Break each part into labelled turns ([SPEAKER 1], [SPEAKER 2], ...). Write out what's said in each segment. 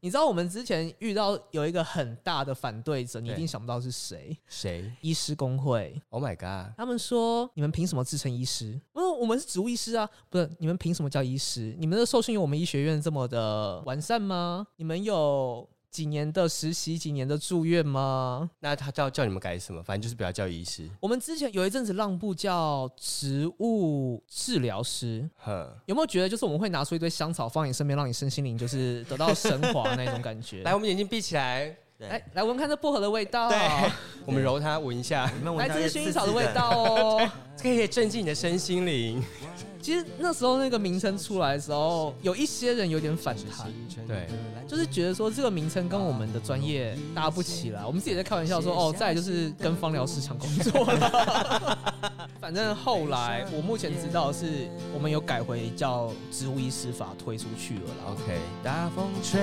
[SPEAKER 1] 你知道我们之前遇到有一个很大的反对者，你一定想不到是谁，
[SPEAKER 2] 谁
[SPEAKER 1] 医师工会。
[SPEAKER 2] ？Oh my god！
[SPEAKER 1] 他们说：“你们凭什么自称医师？”我说：“我们是植物医师啊，不是你们凭什么叫医师？你们的受训有我们医学院这么的完善吗？你们有几年的实习、几年的住院吗？
[SPEAKER 2] 那他叫叫你们改什么？反正就是不要叫医师。
[SPEAKER 1] 我们之前有一阵子让步叫植物治疗师，
[SPEAKER 2] 哼，
[SPEAKER 1] 有没有觉得就是我们会拿出一堆香草放你身边，让你身心灵就是得到升华那种感觉？
[SPEAKER 2] 来，我们眼睛闭起来，
[SPEAKER 1] 来来闻看这薄荷的味道，
[SPEAKER 2] 对我们揉它闻一 下，
[SPEAKER 3] 你们闻
[SPEAKER 1] 来
[SPEAKER 3] 到
[SPEAKER 1] 这
[SPEAKER 3] 一
[SPEAKER 1] 是
[SPEAKER 3] 个
[SPEAKER 1] 薰衣
[SPEAKER 3] 刺
[SPEAKER 1] 草的
[SPEAKER 3] 刺
[SPEAKER 1] 味道 哦。
[SPEAKER 2] 这个可以镇静你的身心灵。
[SPEAKER 1] 其实那时候那个名称出来的时候，有一些人有点反弹，
[SPEAKER 2] 对，
[SPEAKER 1] 就是觉得说这个名称跟我们的专业
[SPEAKER 2] 哦
[SPEAKER 1] 搭不起来。我们自己也在开玩笑说，哦，再来就是跟芳疗师抢工作了。 反正后来我目前知道的是，我们有改回叫植物医师法推出去了啦。
[SPEAKER 2] OK，
[SPEAKER 3] 大风吹，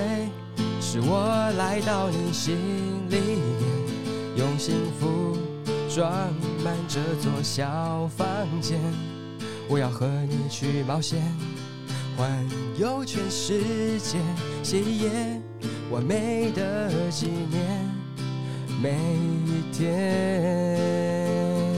[SPEAKER 3] 是我来到你心里面，用幸福装满这座小房间。我要和你去冒险，环游全世界，写一页完美的纪念，每一天。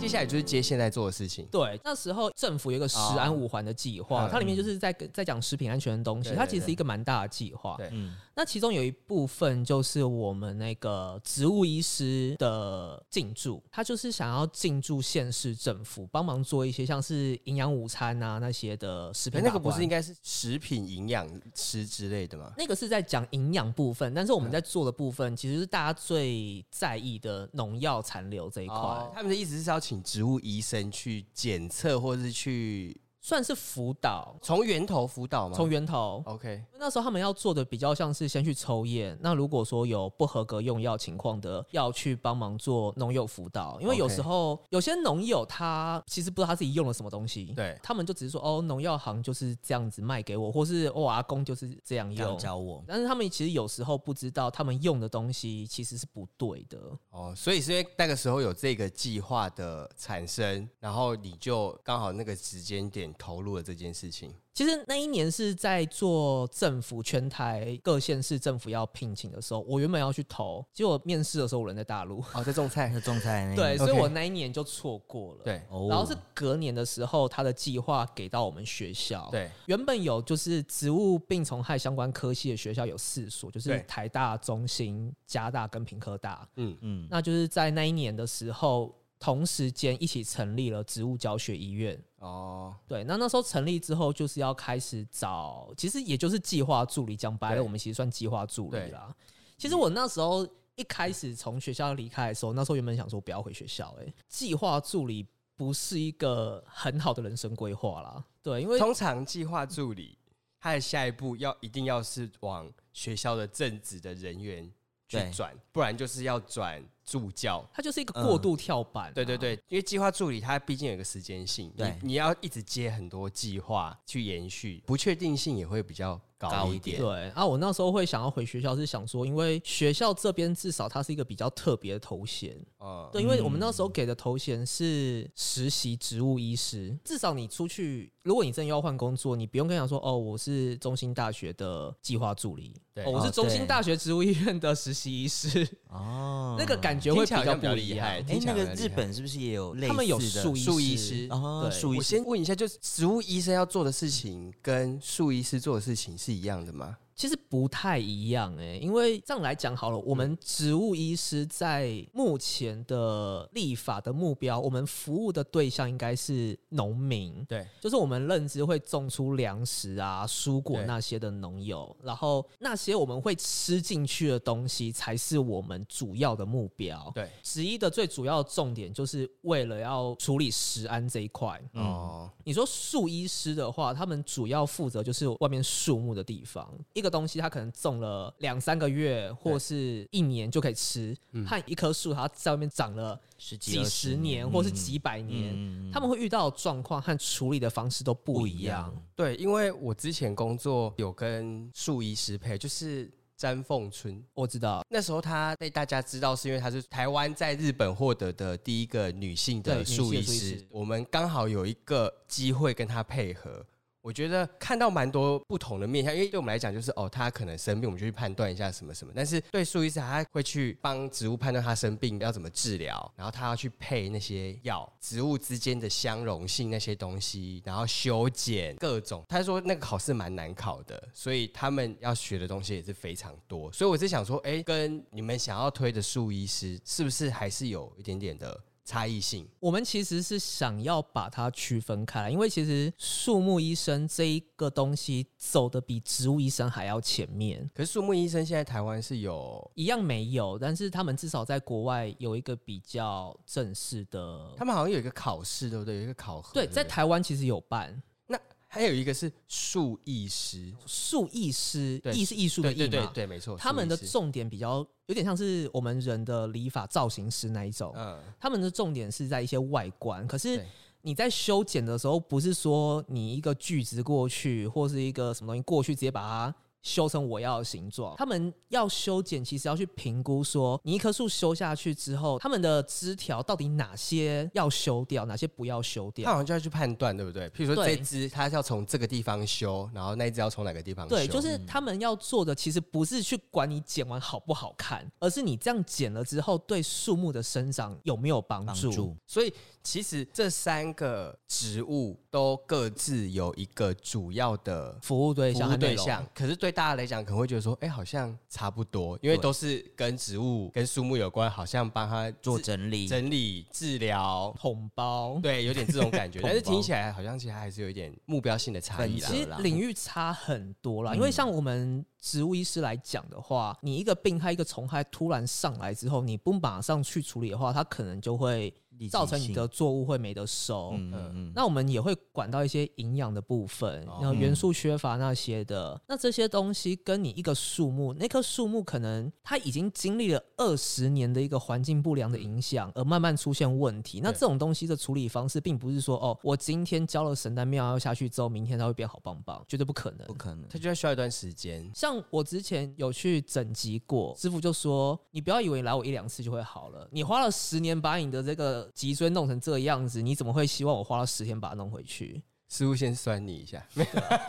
[SPEAKER 2] 接下来就是接现在做的事情。
[SPEAKER 1] 对，那时候政府有一个食安五环的计划，
[SPEAKER 2] 哦
[SPEAKER 1] 它里面就是在在讲食品安全的东西，
[SPEAKER 2] 对
[SPEAKER 1] 它
[SPEAKER 2] 对
[SPEAKER 1] 其实
[SPEAKER 2] 对
[SPEAKER 1] 是一个蛮大的计划。
[SPEAKER 2] 对
[SPEAKER 3] 嗯，
[SPEAKER 1] 那其中有一部分就是我们那个植物医师的进驻，他就是想要进驻县市政府，帮忙做一些像是营养午餐啊那些的食
[SPEAKER 2] 可
[SPEAKER 1] 品把
[SPEAKER 2] 是那
[SPEAKER 1] 关。
[SPEAKER 2] 个不是应该是食品营养师之类的吗？
[SPEAKER 1] 那个是在讲营养部分，但是我
[SPEAKER 2] 嗯
[SPEAKER 1] 们在做的部分其实是大家最在意的农药残留这一块，
[SPEAKER 2] 哦，他们的意思是要请植物医生去检测，或是去
[SPEAKER 1] 算是辅导，
[SPEAKER 2] 从源头辅导吗？
[SPEAKER 1] 从源头。
[SPEAKER 2] OK，
[SPEAKER 1] 那时候他们要做的比较像是先去抽验，那如果说有不合格用药情况的，要去帮忙做农友辅导，因为
[SPEAKER 2] OK
[SPEAKER 1] 有时候有些农友他其实不知道他自己用了什么东西，
[SPEAKER 2] 对
[SPEAKER 1] 他们就只是说哦，农药行就是这样子卖给我，或是哦，阿公就是这样
[SPEAKER 3] 这样
[SPEAKER 1] 用。
[SPEAKER 3] 教我，
[SPEAKER 1] 但是他们其实有时候不知道，他们用的东西其实是不对的。
[SPEAKER 2] 哦，所以是因为那个时候有这个计划的产生，然后你就刚好那个时间点投入了这件事情。
[SPEAKER 1] 其实那一年是在做政府全台各县市政府要聘请的时候，我原本要去投，结果面试的时候我人在大陆，
[SPEAKER 2] 哦，在种菜。
[SPEAKER 3] 那仲裁那
[SPEAKER 1] 对，
[SPEAKER 3] 个
[SPEAKER 1] 所以
[SPEAKER 2] OK
[SPEAKER 1] 我那一年就错过了。
[SPEAKER 2] 对
[SPEAKER 3] 哦
[SPEAKER 1] 然后是隔年的时候，他的计划给到我们学校。，
[SPEAKER 2] 对，
[SPEAKER 1] 原本有就是植物病虫害相关科系的学校有四所，就是
[SPEAKER 2] 对
[SPEAKER 1] 台大、中兴、加大跟平科大。
[SPEAKER 2] 嗯，
[SPEAKER 3] 嗯，
[SPEAKER 1] 那就是在那一年的时候，同时间一起成立了植物教学医院。
[SPEAKER 2] 哦，
[SPEAKER 1] 对，那那时候成立之后，就是要开始找，其实也就是计划助理。讲白
[SPEAKER 2] 对
[SPEAKER 1] 了，我们其实算计划助理
[SPEAKER 2] 对
[SPEAKER 1] 啦。其实我那时候一开始从学校离开的时候，那时候原本想说不要回学校、欸，哎，计划助理不是一个很好的人生规划啦。对，因为
[SPEAKER 2] 通常计划助理他的下一步要一定要是往学校的正职的人员去
[SPEAKER 3] 对
[SPEAKER 2] 转，不然就是要转助教。
[SPEAKER 1] 它就是一个过度跳板、啊
[SPEAKER 2] 嗯对对，对，因为计划助理他毕竟有一个时间性，你
[SPEAKER 3] 对
[SPEAKER 2] 你要一直接很多计划去延续，不确定性也会比较高
[SPEAKER 3] 高
[SPEAKER 2] 一
[SPEAKER 3] 一
[SPEAKER 2] 点。
[SPEAKER 1] 对啊，我那时候会想要回学校，是想说，因为学校这边至少它是一个比较特别的头衔，
[SPEAKER 2] 嗯，
[SPEAKER 1] 对，因为我们那时候给的头衔是实习植物医师，至少你出去，如果你真的要换工作，你不用跟人讲说哦，我是中兴大学的计划助理，
[SPEAKER 2] 对嗯
[SPEAKER 1] 哦我是
[SPEAKER 3] 哦
[SPEAKER 1] 中兴
[SPEAKER 3] 对
[SPEAKER 1] 大学植物医院的实习医师，
[SPEAKER 3] 哦
[SPEAKER 1] 那个感觉
[SPEAKER 2] 听
[SPEAKER 1] 会
[SPEAKER 2] 起来好
[SPEAKER 1] 较
[SPEAKER 2] 像
[SPEAKER 1] 不
[SPEAKER 2] 比较
[SPEAKER 1] 一
[SPEAKER 2] 厉
[SPEAKER 1] 样
[SPEAKER 2] 害。
[SPEAKER 3] 哎
[SPEAKER 2] 听，起
[SPEAKER 3] 那
[SPEAKER 2] 来
[SPEAKER 3] 个
[SPEAKER 2] 好像
[SPEAKER 3] 日
[SPEAKER 2] 厉害
[SPEAKER 3] 本是不是也有类似的？
[SPEAKER 1] 他们有树
[SPEAKER 2] 树
[SPEAKER 1] 医
[SPEAKER 2] 医
[SPEAKER 1] 师
[SPEAKER 2] 师
[SPEAKER 3] 哦，
[SPEAKER 1] 对
[SPEAKER 3] 树医
[SPEAKER 2] 我
[SPEAKER 3] 师
[SPEAKER 2] 先问一下，就是植物医生要做的事情跟树医师做的事情是一样的吗？
[SPEAKER 1] 其实不太一样哎、因为这样来讲好了，我
[SPEAKER 2] 嗯
[SPEAKER 1] 们植物医师在目前的立法的目标，我们服务的对象应该是农民，
[SPEAKER 2] 对，
[SPEAKER 1] 就是我们认知会种出粮食啊、蔬果
[SPEAKER 2] 对
[SPEAKER 1] 那些的农友，然后那些我们会吃进去的东西才是我们主要的目标。
[SPEAKER 2] 对，
[SPEAKER 1] 十一的最主要重点就是为了要处理食安这一块。
[SPEAKER 2] 哦，
[SPEAKER 1] 你说树医师的话，他们主要负责就是外面树木的地方，一个东西它可能种了两三个月或是一年就可以吃，
[SPEAKER 2] 嗯
[SPEAKER 1] 和一棵树它在外面长了
[SPEAKER 3] 十几
[SPEAKER 1] 几
[SPEAKER 3] 二
[SPEAKER 1] 十年或是
[SPEAKER 3] 嗯
[SPEAKER 1] 几百年，
[SPEAKER 3] 嗯嗯
[SPEAKER 1] 他们会遇到的状况和处理的方式都不
[SPEAKER 3] 不
[SPEAKER 1] 一
[SPEAKER 3] 一
[SPEAKER 1] 样。
[SPEAKER 3] 样，
[SPEAKER 2] 对，因为我之前工作有跟树医师配，就是詹凤春。
[SPEAKER 1] 我知道，
[SPEAKER 2] 那时候她被大家知道，是因为她是台湾在日本获得的第一个女性
[SPEAKER 1] 对
[SPEAKER 2] 的
[SPEAKER 1] 女性
[SPEAKER 2] 树
[SPEAKER 1] 的
[SPEAKER 2] 医
[SPEAKER 1] 树医
[SPEAKER 2] 师
[SPEAKER 1] 师。
[SPEAKER 2] 我们刚好有一个机会跟她配合，我觉得看到蛮多不同的面向，因为对我们来讲就是哦，他可能生病，我们就去判断一下什么什么。但是对树医师，他会去帮植物判断他生病要怎么治疗，然后他要去配那些药，植物之间的相容性那些东西，然后修剪各种。他说那个考试蛮难考的，所以他们要学的东西也是非常多。所以我是想说，哎，跟你们想要推的树医师是不是还是有一点点的差异性？
[SPEAKER 1] 我们其实是想要把它区分开来，因为其实树木医生这一个东西走的比植物医生还要前面，
[SPEAKER 2] 可是树木医生现在台湾是有
[SPEAKER 1] 一样没有，但是他们至少在国外有一个比较正式的，
[SPEAKER 2] 他们好像有一个考试，对不对？有一个考核。
[SPEAKER 1] 哦对，
[SPEAKER 2] 不
[SPEAKER 1] 在台湾其实有办
[SPEAKER 2] 那还有一个是术艺师，
[SPEAKER 1] 树艺师，
[SPEAKER 2] 对
[SPEAKER 1] 艺是艺术的
[SPEAKER 2] 对
[SPEAKER 1] 艺
[SPEAKER 2] 对对
[SPEAKER 1] 嘛，
[SPEAKER 2] 对，没错。
[SPEAKER 1] 他们的
[SPEAKER 2] 术
[SPEAKER 1] 重点比较有点像是我们人的理发造型师那一种
[SPEAKER 2] 艺师，嗯，
[SPEAKER 1] 他们的重点是在一些外观，可是
[SPEAKER 2] 对。
[SPEAKER 1] 你在修剪的时候，不是说你一个锯子过去，或是一个什么东西过去，直接把它修成我要的形状。他们要修剪，其实要去评估说，你一棵树修下去之后，他们的枝条到底哪些要修掉，哪些不要修
[SPEAKER 2] 他好
[SPEAKER 1] 掉。
[SPEAKER 2] 像就要去判断，对不对？譬如说
[SPEAKER 1] 对
[SPEAKER 2] 这只，它要从这个地方修，然后那一只要从哪个地方修？嗯
[SPEAKER 1] 对，就是他们要做的，其实不是去管你剪完好不好看，而是你这样剪了之后，对树木的生长有没有帮
[SPEAKER 4] 嗯帮
[SPEAKER 1] 助？
[SPEAKER 4] 助
[SPEAKER 2] 所以其实这三个植物都各自有一个主要的
[SPEAKER 1] 服务对
[SPEAKER 2] 服
[SPEAKER 1] 象
[SPEAKER 2] 务
[SPEAKER 1] 和内
[SPEAKER 2] 对
[SPEAKER 1] 容
[SPEAKER 2] 象，可是对大家来讲，可能会觉得说，哎、好像差不多，因为
[SPEAKER 4] 对
[SPEAKER 2] 都是跟植物、跟树木有关，好像帮它
[SPEAKER 4] 做
[SPEAKER 2] 治
[SPEAKER 4] 整理，
[SPEAKER 2] 整理、治疗、
[SPEAKER 1] 统包。
[SPEAKER 2] 对，有点这种感觉，
[SPEAKER 4] 同
[SPEAKER 2] 但是听
[SPEAKER 4] 胞
[SPEAKER 2] 起来好像其实还是有一点目标性的差异啦
[SPEAKER 4] 分
[SPEAKER 1] 其
[SPEAKER 4] 歧
[SPEAKER 1] 实领域差很多
[SPEAKER 4] 嗯
[SPEAKER 1] 啦，因为像我们植物医师来讲的话，你一个病害、一个虫害突然上来之后，你不马上去处理的话，它可能就会
[SPEAKER 4] 立即
[SPEAKER 1] 造成你
[SPEAKER 4] 性
[SPEAKER 1] 的作物会没得呃收。
[SPEAKER 4] 嗯嗯嗯，
[SPEAKER 1] 那我们也会管到一些营养的部分，
[SPEAKER 2] 哦
[SPEAKER 1] 然后元素缺乏那些的。那这些东西跟你一个树木，那棵树木可能它已经经历了二十年的一个环境不良的影响，而慢慢出现问题。那
[SPEAKER 2] 对
[SPEAKER 1] 这种东西的处理方式，并不是说哦，我今天浇了神丹妙药下去之后，明天它会变好棒棒，绝对不可能
[SPEAKER 4] 不。可能
[SPEAKER 2] 它，就要需要一段时间。
[SPEAKER 1] 像我之前有去整脊过，师傅就说：“你不要以为来我一两次就会好了，你花了十年把你的这个脊椎弄成这样子，你怎么会希望我花了十天把它弄回去？”
[SPEAKER 2] 师傅先酸你一下，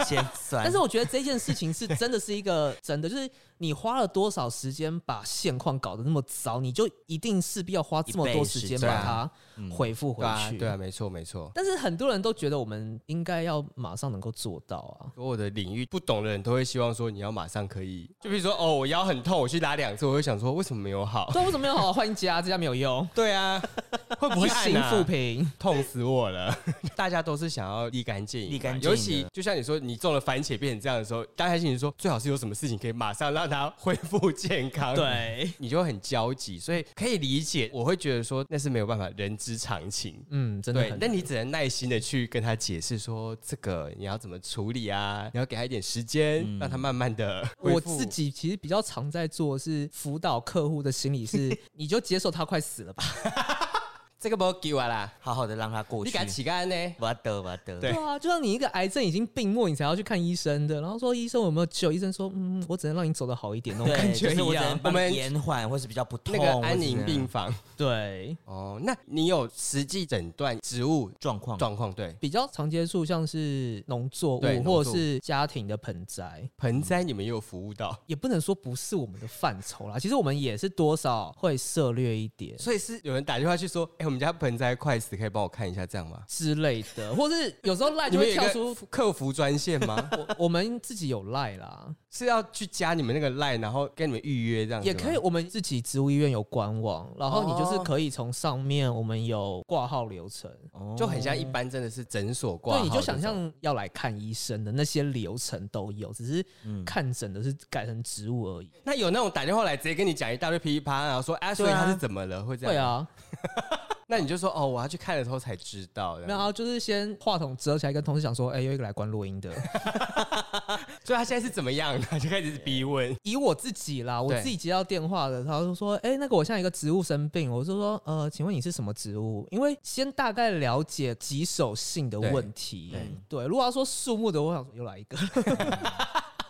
[SPEAKER 4] 先算，
[SPEAKER 1] 但是我觉得这件事情 是真的是一个真的，就是你花了多少时间把现况搞得那么糟，你就一定势必要花这么多时间把
[SPEAKER 4] 嗯
[SPEAKER 1] 它恢复回
[SPEAKER 2] 对啊，
[SPEAKER 1] 去。
[SPEAKER 2] 对啊，没错没错。
[SPEAKER 1] 但是很多人都觉得我们应该要马上能够做到 啊。
[SPEAKER 2] 所有的领域不懂的人都会希望说你要马上可以，就比如说哦，我腰很痛，我去打两次，我会想说为什么没有好？
[SPEAKER 1] 对啊，为什么没有好好换一家？这家没有用，
[SPEAKER 2] 对啊，会 不
[SPEAKER 1] 不
[SPEAKER 2] 会
[SPEAKER 1] 行
[SPEAKER 2] 按啊
[SPEAKER 1] 复评。
[SPEAKER 2] 痛死我了！ 大家都是想要立竿见影嘛，
[SPEAKER 4] 立竿见
[SPEAKER 2] 尤
[SPEAKER 4] 影
[SPEAKER 2] 其
[SPEAKER 4] 的
[SPEAKER 2] 就像你说，你中了番茄变成这样的时候，大家心里说最好是有什么事情可以马上让它恢复健康。。
[SPEAKER 1] 对，
[SPEAKER 2] 你就会很焦急，所以可以理解。我会觉得说那是没有办法，人之常情。
[SPEAKER 1] 嗯，真的
[SPEAKER 2] 对
[SPEAKER 1] 很，
[SPEAKER 2] 那你只能耐心的去跟他解释说，这个你要怎么处理啊？你要给他一点时间，让他慢慢的。
[SPEAKER 1] 我自，己其实比较常在做的是辅导客户的心理 是，你就接受他快死了吧。
[SPEAKER 2] 这个不要给我啦，
[SPEAKER 4] 好好的让它过
[SPEAKER 2] 你
[SPEAKER 4] 去，
[SPEAKER 2] 敢起干呢？
[SPEAKER 4] 我得我得，
[SPEAKER 1] 对
[SPEAKER 2] 对
[SPEAKER 1] 啊，就像你一个癌症已经病末，你才要去看医生的，然后说医生我有没有救？医生说，嗯，我只能让你走得好一点那种
[SPEAKER 4] 对，
[SPEAKER 1] 感
[SPEAKER 4] 就
[SPEAKER 1] 觉
[SPEAKER 4] 是
[SPEAKER 1] 一
[SPEAKER 4] 我只
[SPEAKER 1] 样
[SPEAKER 4] 能。
[SPEAKER 2] 我
[SPEAKER 4] 帮
[SPEAKER 2] 们
[SPEAKER 4] 你延缓，或是比较不痛，
[SPEAKER 2] 那个
[SPEAKER 4] 或
[SPEAKER 2] 安
[SPEAKER 4] 是
[SPEAKER 2] 宁病房。
[SPEAKER 1] 对，
[SPEAKER 2] 哦，那你有实际诊断植物
[SPEAKER 4] 状
[SPEAKER 1] 嗯
[SPEAKER 4] 况，
[SPEAKER 2] 状况？对，
[SPEAKER 1] 比较常接触像是农作物
[SPEAKER 2] 对农作物
[SPEAKER 1] 或者是家庭的盆栽，
[SPEAKER 2] 盆栽你们也有服务到，
[SPEAKER 1] 也不能说不是我们的范畴啦。其实我们也是多少会涉略一点
[SPEAKER 2] 所以是有人打电话去说，哎、我们家盆栽快死，可以帮我看一下这样吗？
[SPEAKER 1] 之类的，或是有时候赖
[SPEAKER 2] 你
[SPEAKER 1] 就
[SPEAKER 2] 们
[SPEAKER 1] 会
[SPEAKER 2] 有
[SPEAKER 1] 跳
[SPEAKER 2] 一
[SPEAKER 1] 出。
[SPEAKER 2] 个客服专线吗？
[SPEAKER 1] 我我们自己有赖啦，
[SPEAKER 2] 是要去加你们那个 line，然后跟你们预约这样子
[SPEAKER 1] 也
[SPEAKER 2] 吗
[SPEAKER 1] 可以。我们自己植物医院有官网，然后你就是
[SPEAKER 2] 哦
[SPEAKER 1] 可以从上面我们有挂号流程，
[SPEAKER 4] 哦
[SPEAKER 2] 就很像一般真的是诊所挂号
[SPEAKER 1] 对，
[SPEAKER 2] 这
[SPEAKER 1] 你
[SPEAKER 2] 种。
[SPEAKER 1] 就想象要来看医生的那些流程都有，只是
[SPEAKER 4] 嗯
[SPEAKER 1] 看诊的是改成植物而已。
[SPEAKER 2] 那有那种打电话来直接跟你讲一大堆噼里啪啦，然后说啊，所以
[SPEAKER 4] 对啊
[SPEAKER 2] 他是怎么了，会这样？
[SPEAKER 1] 对，啊，
[SPEAKER 2] 那你就说哦，我要去看的时候才知道。
[SPEAKER 1] 没有，啊，就是先话筒折起来，跟同事讲说，哎、有一个来关录音的。
[SPEAKER 2] 所以他现在是怎么样？ 他就开始逼问。
[SPEAKER 1] 以我自己啦，我
[SPEAKER 2] 对
[SPEAKER 1] 自己接到电话的，他就说，哎、那个我像一个植物生病，我就说，呃，请问你是什么植物？因为先大概了解棘 手性的问题。对，如果要说树木的，我想说又来一个。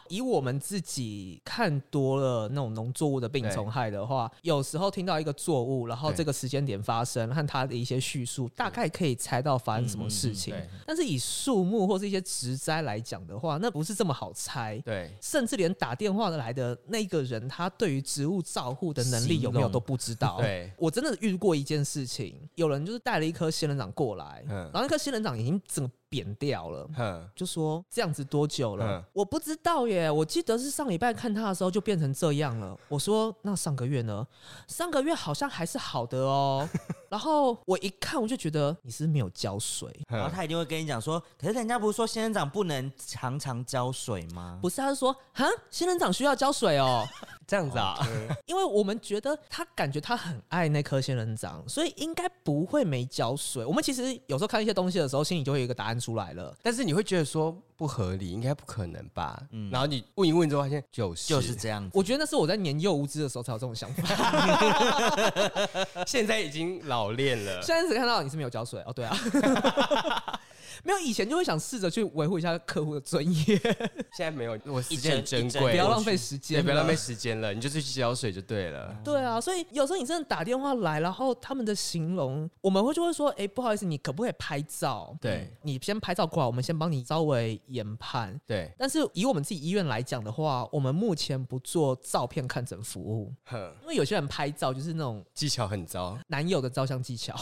[SPEAKER 1] 以我们自己看多了那种农作物的病虫害的话，有时候听到一个作物，然后
[SPEAKER 2] 对
[SPEAKER 1] 这个时间点发生和它的一些叙述，大概可以猜到发生什么事情。
[SPEAKER 2] 嗯嗯嗯对
[SPEAKER 1] 但是以树木或是一些植栽来讲的话，那不是这么好猜。
[SPEAKER 2] 对，
[SPEAKER 1] 甚至连打电话的来的那个人，他对于植物照护的能力有没有都不知道。
[SPEAKER 2] 对
[SPEAKER 1] 我真的遇过一件事情，有人就是带了一颗仙人掌过来，
[SPEAKER 2] 嗯
[SPEAKER 1] 然后那颗仙人掌已经整个扁掉了。
[SPEAKER 2] 哼，
[SPEAKER 1] 就说这样子多久了？
[SPEAKER 2] 嗯
[SPEAKER 1] 我不知道耶，我记得是上礼拜看他的时候就变成这样了。我说那上个月呢？上个月好像还是好的 哦。然后我一看我就觉得你是不是没有浇水，
[SPEAKER 2] 哼
[SPEAKER 4] 然后他一定会跟你讲说，可是人家不是说仙人掌不能常常浇水吗？
[SPEAKER 1] 不是？他是说哈仙人掌需要浇水哦。
[SPEAKER 2] 这样子啊，
[SPEAKER 1] 因为我们觉得他感觉他很爱那颗仙人掌，所以应该不会没浇水。我们其实有时候看一些东西的时候，心里就会有一个答案出来了。
[SPEAKER 2] 但是你会觉得说不合理，应该不可能吧？然后你问一问之后，发现就是
[SPEAKER 4] 就是这样子。
[SPEAKER 1] 我觉得那是我在年幼无知的时候才有这种想 法。
[SPEAKER 2] 现在已经老练 了。
[SPEAKER 1] 现在只看到你是没有浇水哦，对 啊，没有以前就会想试着去维护一下客户的尊 严，
[SPEAKER 2] 现在没有， 我时
[SPEAKER 4] 一
[SPEAKER 2] 间
[SPEAKER 4] 针
[SPEAKER 2] 很珍
[SPEAKER 4] 一针
[SPEAKER 2] 贵，
[SPEAKER 1] 不要浪费时
[SPEAKER 2] 对，
[SPEAKER 1] 间，啊
[SPEAKER 2] 不要浪费。时间了，你就是去浇水就对了。
[SPEAKER 1] 对啊，所以有时候你真的打电话来，然后他们的形容，我们会就会说，哎、不好意思，你可不可以拍照？
[SPEAKER 2] 对
[SPEAKER 1] 你先拍照过来，我们先帮你稍微研判。
[SPEAKER 2] 对，
[SPEAKER 1] 但是以我们自己医院来讲的话，我们目前不做照片看诊服务，
[SPEAKER 2] 哼，
[SPEAKER 1] 因为有些人拍照就是那种
[SPEAKER 2] 技巧很糟，
[SPEAKER 1] 男友的照相技巧，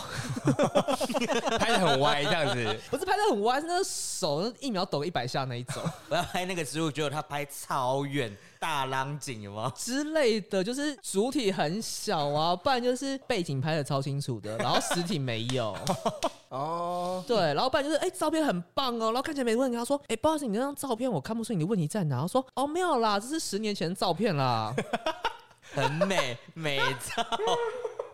[SPEAKER 2] 拍的很歪这样子。
[SPEAKER 1] 不是拍的很歪，是那个手一秒抖一百下那一种
[SPEAKER 4] 我要拍那个植物，结果他拍超远，大浪景有没有？
[SPEAKER 1] 之类的，就是主体很小啊，不然就是背景拍的超清楚的，然后实体没有，
[SPEAKER 2] 哦，
[SPEAKER 1] 对，然后不然就是哎、照片很棒哦，然后看起来没问题，他说哎、不好意思，你那张照片我看不出你的问题在哪，然后说哦没有啦，这是十年前的照片啦，
[SPEAKER 4] 很美，美 照。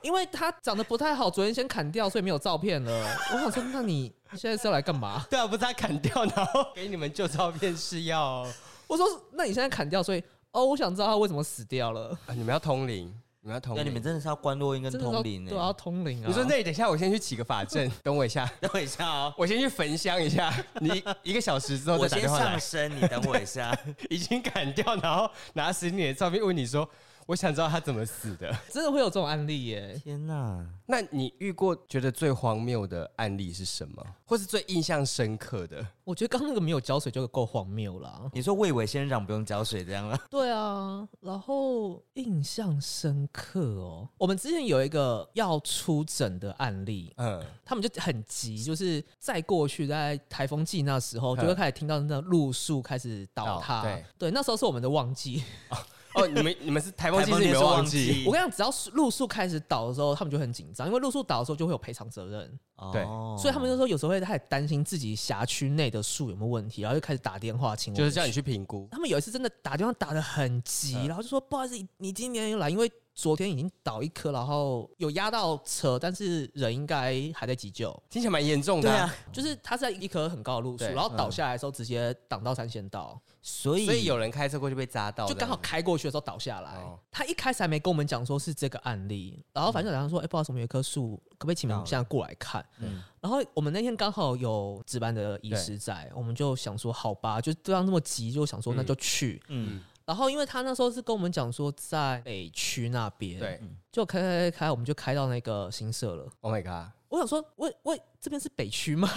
[SPEAKER 1] 因为他长得不太好，昨天先砍掉，所以没有照片了。我想说，那你现在是要来干嘛？
[SPEAKER 2] 对啊，不是他砍掉，然后给你们旧照片是要、
[SPEAKER 1] 我说，那你现在砍掉，所以哦，我想知道他为什么死掉了。
[SPEAKER 2] 啊你们要通灵，你们要通
[SPEAKER 4] 那
[SPEAKER 2] 灵。
[SPEAKER 4] 你们真的是要关落音跟
[SPEAKER 1] 真的要
[SPEAKER 4] 通灵欸呢、
[SPEAKER 1] 对啊，要通灵啊！
[SPEAKER 2] 你说那你等一下，我先去起个法阵，等我一下，
[SPEAKER 4] 等我一下哦，
[SPEAKER 2] 我先去焚香一下。你一个小时之后
[SPEAKER 4] 我
[SPEAKER 2] 再打
[SPEAKER 4] 先
[SPEAKER 2] 电话来
[SPEAKER 4] 上，身，你等我一下。
[SPEAKER 2] 已经砍掉，然后拿十年的照片问你说，我想知道他怎么死的。
[SPEAKER 1] 真的会有这种案例耶？
[SPEAKER 4] 天 哪、
[SPEAKER 2] 那你遇过觉得最荒谬的案例是什么，或是最印象深刻的？
[SPEAKER 1] 我觉得刚刚那个没有浇水就够荒谬了。
[SPEAKER 4] 你说魏伟仙人掌不用浇水这样了？
[SPEAKER 1] 对啊，然后印象深刻哦。我们之前有一个要出诊的案例，
[SPEAKER 2] 嗯，
[SPEAKER 1] 他们就很急，就是再过去在台风季那时候，就会
[SPEAKER 2] 嗯
[SPEAKER 1] 开始听到那路树开始
[SPEAKER 2] 倒
[SPEAKER 1] 倒塌。
[SPEAKER 2] 对
[SPEAKER 1] 对，那时候是我们的旺季。
[SPEAKER 2] 哦，你们 你们是台风
[SPEAKER 4] 台
[SPEAKER 2] 季
[SPEAKER 4] 风
[SPEAKER 2] 是你
[SPEAKER 4] 天
[SPEAKER 2] 们
[SPEAKER 4] 是
[SPEAKER 2] 忘
[SPEAKER 4] 旺
[SPEAKER 2] 记，
[SPEAKER 4] 季
[SPEAKER 1] 我跟你讲，只要是路树开始倒的时候，他们就很紧张，因为路树倒的时候就会有赔偿责任，
[SPEAKER 2] 对
[SPEAKER 4] 哦
[SPEAKER 1] 所以他们就说有时候会开始担心自己辖区内的树有没有问题，然后就开始打电话请我
[SPEAKER 2] 就
[SPEAKER 1] 们
[SPEAKER 2] 是叫你嗯去评估。
[SPEAKER 1] 他们有一次真的打电话打得很急，然后就说不好意思，你今年又来，因为昨天已经倒一颗，然后有压到车，但是人应该还在急救。
[SPEAKER 2] 听起来蛮严重的、
[SPEAKER 4] 对啊，
[SPEAKER 1] 就是它是在一棵很高的路树，
[SPEAKER 2] 对嗯
[SPEAKER 1] 然后倒下来的时候直接挡到三线道，
[SPEAKER 4] 所以
[SPEAKER 2] 所以有人开车过去被扎到，
[SPEAKER 1] 就刚好
[SPEAKER 2] 这样子
[SPEAKER 1] 开过去的时候倒下来
[SPEAKER 2] 哦。
[SPEAKER 1] 他一开始还没跟我们讲说是这个案例，然后反正讲说，哎，不好意思，我们有一棵树，可不可以请你们现在过来看？
[SPEAKER 4] 嗯
[SPEAKER 1] 然后我们那天刚好有值班的医师在，我们就想说，好吧，就是对方那么急，就想说那就去。
[SPEAKER 4] 嗯，
[SPEAKER 1] 然后因为他那时候是跟我们讲说在北区那边，，
[SPEAKER 2] 对
[SPEAKER 1] 就开开开开，我们就开到那个新社了。
[SPEAKER 2] ，Oh my god，
[SPEAKER 1] 我想说，喂喂，这边是北区吗？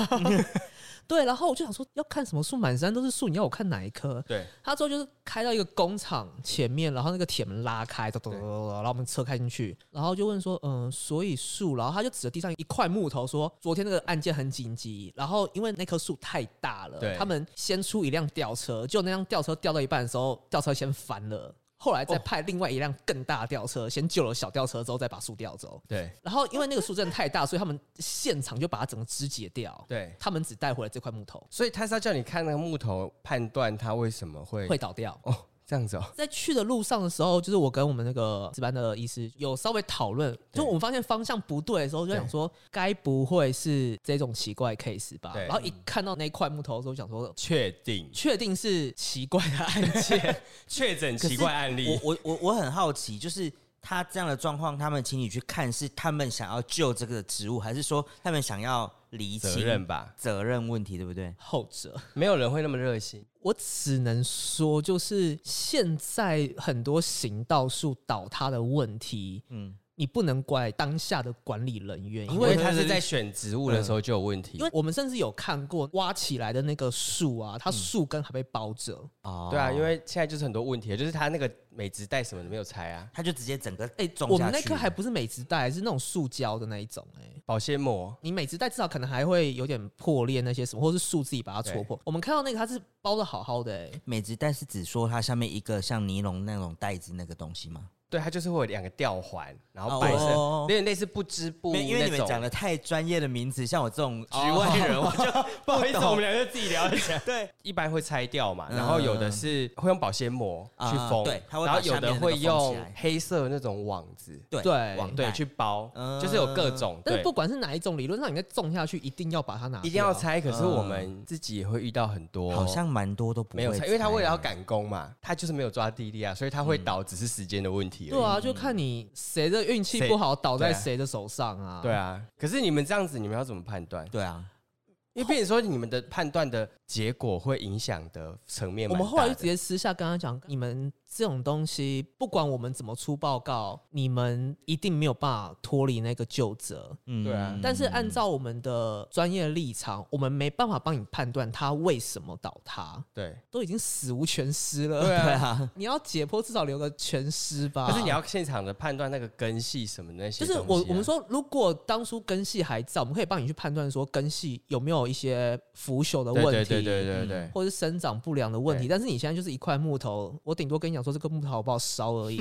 [SPEAKER 1] 对，然后我就想说，要看什么树，满山都是树，你要我看哪一棵？
[SPEAKER 2] 对，
[SPEAKER 1] 他之后就是开到一个工厂前面，然后那个铁门拉开，咚咚咚咚咚，然后我们车开进去，然后就问说，嗯，所以树，然后他就指着地上一块木头说，昨天那个案件很紧急，然后因为那棵树太大了
[SPEAKER 2] 对，
[SPEAKER 1] 他们先出一辆吊车，就那辆吊车吊到一半的时候，吊车先翻了。后来再派另外一辆更大的吊车，先救了小吊车之后，再把树吊走。
[SPEAKER 2] 对
[SPEAKER 1] 然后因为那个树真的太大，所以他们现场就把它整个肢解掉。
[SPEAKER 2] 对，
[SPEAKER 1] 他们只带回来这块木头，
[SPEAKER 2] 所以他是要叫你看那个木头，判断它为什么会
[SPEAKER 1] 会倒掉。
[SPEAKER 2] 哦这样子哦，
[SPEAKER 1] 在去的路上的时候，就是我跟我们那个值班的医师有稍微讨论，就我们发现方向不对的时候，就想说该不会是这种奇怪 case 吧？
[SPEAKER 2] 对
[SPEAKER 1] 然后一看到那块木头的时候，想说
[SPEAKER 2] 确定
[SPEAKER 1] 确定是奇怪的案件。
[SPEAKER 2] 确确诊奇怪案例
[SPEAKER 4] 我我我我很好奇，就是他这样的状况，他们请你去看，是他们想要救这个植物，还是说他们想要厘清
[SPEAKER 2] 责任吧，
[SPEAKER 4] 责任问题，对不对？
[SPEAKER 1] 后者，
[SPEAKER 2] 没有人会那么热心，
[SPEAKER 1] 我只能说，就是现在很多行道树倒塌的问题，
[SPEAKER 4] 嗯，
[SPEAKER 1] 你不能怪当下的管理人员，因
[SPEAKER 2] 因
[SPEAKER 1] 为
[SPEAKER 2] 为它是在嗯选植物的时候就有问题，
[SPEAKER 1] 因为我们甚至有看过挖起来的那个树啊，它树根还被包着，
[SPEAKER 4] 哦
[SPEAKER 2] 对啊，因为现在就是很多问题，就是它那个美植带什么的没有拆啊，
[SPEAKER 4] 他就直接整个哎
[SPEAKER 1] 哎、
[SPEAKER 4] 种
[SPEAKER 1] 我
[SPEAKER 4] 下
[SPEAKER 1] 们那
[SPEAKER 4] 去
[SPEAKER 1] 颗还
[SPEAKER 4] 了
[SPEAKER 1] 不是美植袋，是那种塑胶的那一种、哎，
[SPEAKER 2] 保鲜膜
[SPEAKER 1] 你美植袋至少可能还会有点破裂那些什么，或是树自己把它戳破。我们看到那个它是包的好好的、哎，
[SPEAKER 4] 美子袋是只说它下面一个像尼龙那种袋子那个东西吗？
[SPEAKER 2] 对，它就是会有两个吊环，然后摆设，有点类似不织布
[SPEAKER 4] 因为因为你们
[SPEAKER 2] 那种。
[SPEAKER 4] 讲的太专业的名词，像我这种局
[SPEAKER 2] 局
[SPEAKER 4] 外
[SPEAKER 2] 外
[SPEAKER 4] 人，
[SPEAKER 2] 人，我就不好意思，
[SPEAKER 4] 哦懂
[SPEAKER 2] 我们俩就自己聊一下。
[SPEAKER 4] 对，
[SPEAKER 2] 一般会拆掉嘛，然后有的是会用保鲜膜去
[SPEAKER 4] 啊
[SPEAKER 2] 封，
[SPEAKER 4] 对它会把
[SPEAKER 2] 然后有的会
[SPEAKER 4] 下面那个封
[SPEAKER 2] 用
[SPEAKER 4] 起来
[SPEAKER 2] 黑色的那种网子，
[SPEAKER 4] 对
[SPEAKER 1] 对
[SPEAKER 2] 网
[SPEAKER 4] 袋
[SPEAKER 2] 对去包
[SPEAKER 4] 嗯，
[SPEAKER 2] 就是有各种，
[SPEAKER 1] 但是
[SPEAKER 2] 对
[SPEAKER 1] 不，管是哪一种，理论上你再种下去，一定要把它拿掉，啊
[SPEAKER 2] 一定要拆。可是我们自己也会遇到很多，
[SPEAKER 4] 好像蛮多都不
[SPEAKER 2] 没有
[SPEAKER 4] 会
[SPEAKER 2] 拆，因为他为了要
[SPEAKER 4] 欸
[SPEAKER 2] 赶工嘛，他就是没有抓地力啊，所以他会倒，只是时间的问题而已。
[SPEAKER 1] 对啊，就看你谁的运气
[SPEAKER 2] 谁
[SPEAKER 1] 不好倒在
[SPEAKER 2] 对啊
[SPEAKER 1] 谁的手上啊。
[SPEAKER 2] 对啊，可是你们这样子，你们要怎么判断？
[SPEAKER 4] 对啊，
[SPEAKER 2] 因为变成说你们的判断的结果会影响的层面
[SPEAKER 1] 我
[SPEAKER 2] 蛮大的，
[SPEAKER 1] 们后来就直接私下跟他讲，你们这种东西，不管我们怎么出报告，你们一定没有办法脱离那个旧责。
[SPEAKER 4] 嗯
[SPEAKER 2] 对啊
[SPEAKER 1] 但是按照我们的专业立场，我们没办法帮你判断它为什么倒塌，
[SPEAKER 2] 对，
[SPEAKER 1] 都已经死无全尸了。
[SPEAKER 2] 对啊
[SPEAKER 4] 对啊，
[SPEAKER 1] 你要解剖至少留个全尸吧。
[SPEAKER 2] 就是你要现场的判断那个根系什么的那些
[SPEAKER 1] 就
[SPEAKER 2] 东
[SPEAKER 1] 是
[SPEAKER 2] 西啊、
[SPEAKER 1] 我我们说，如果当初根系还在，我们可以帮你去判断说根系有没有一些腐朽的
[SPEAKER 2] 对
[SPEAKER 1] 问题，
[SPEAKER 2] 对对对对对，
[SPEAKER 1] 或是生长不良的问题。
[SPEAKER 2] 对
[SPEAKER 1] 但是你现在就是一块木头，我顶多跟你讲说这个木头好不好烧而 已。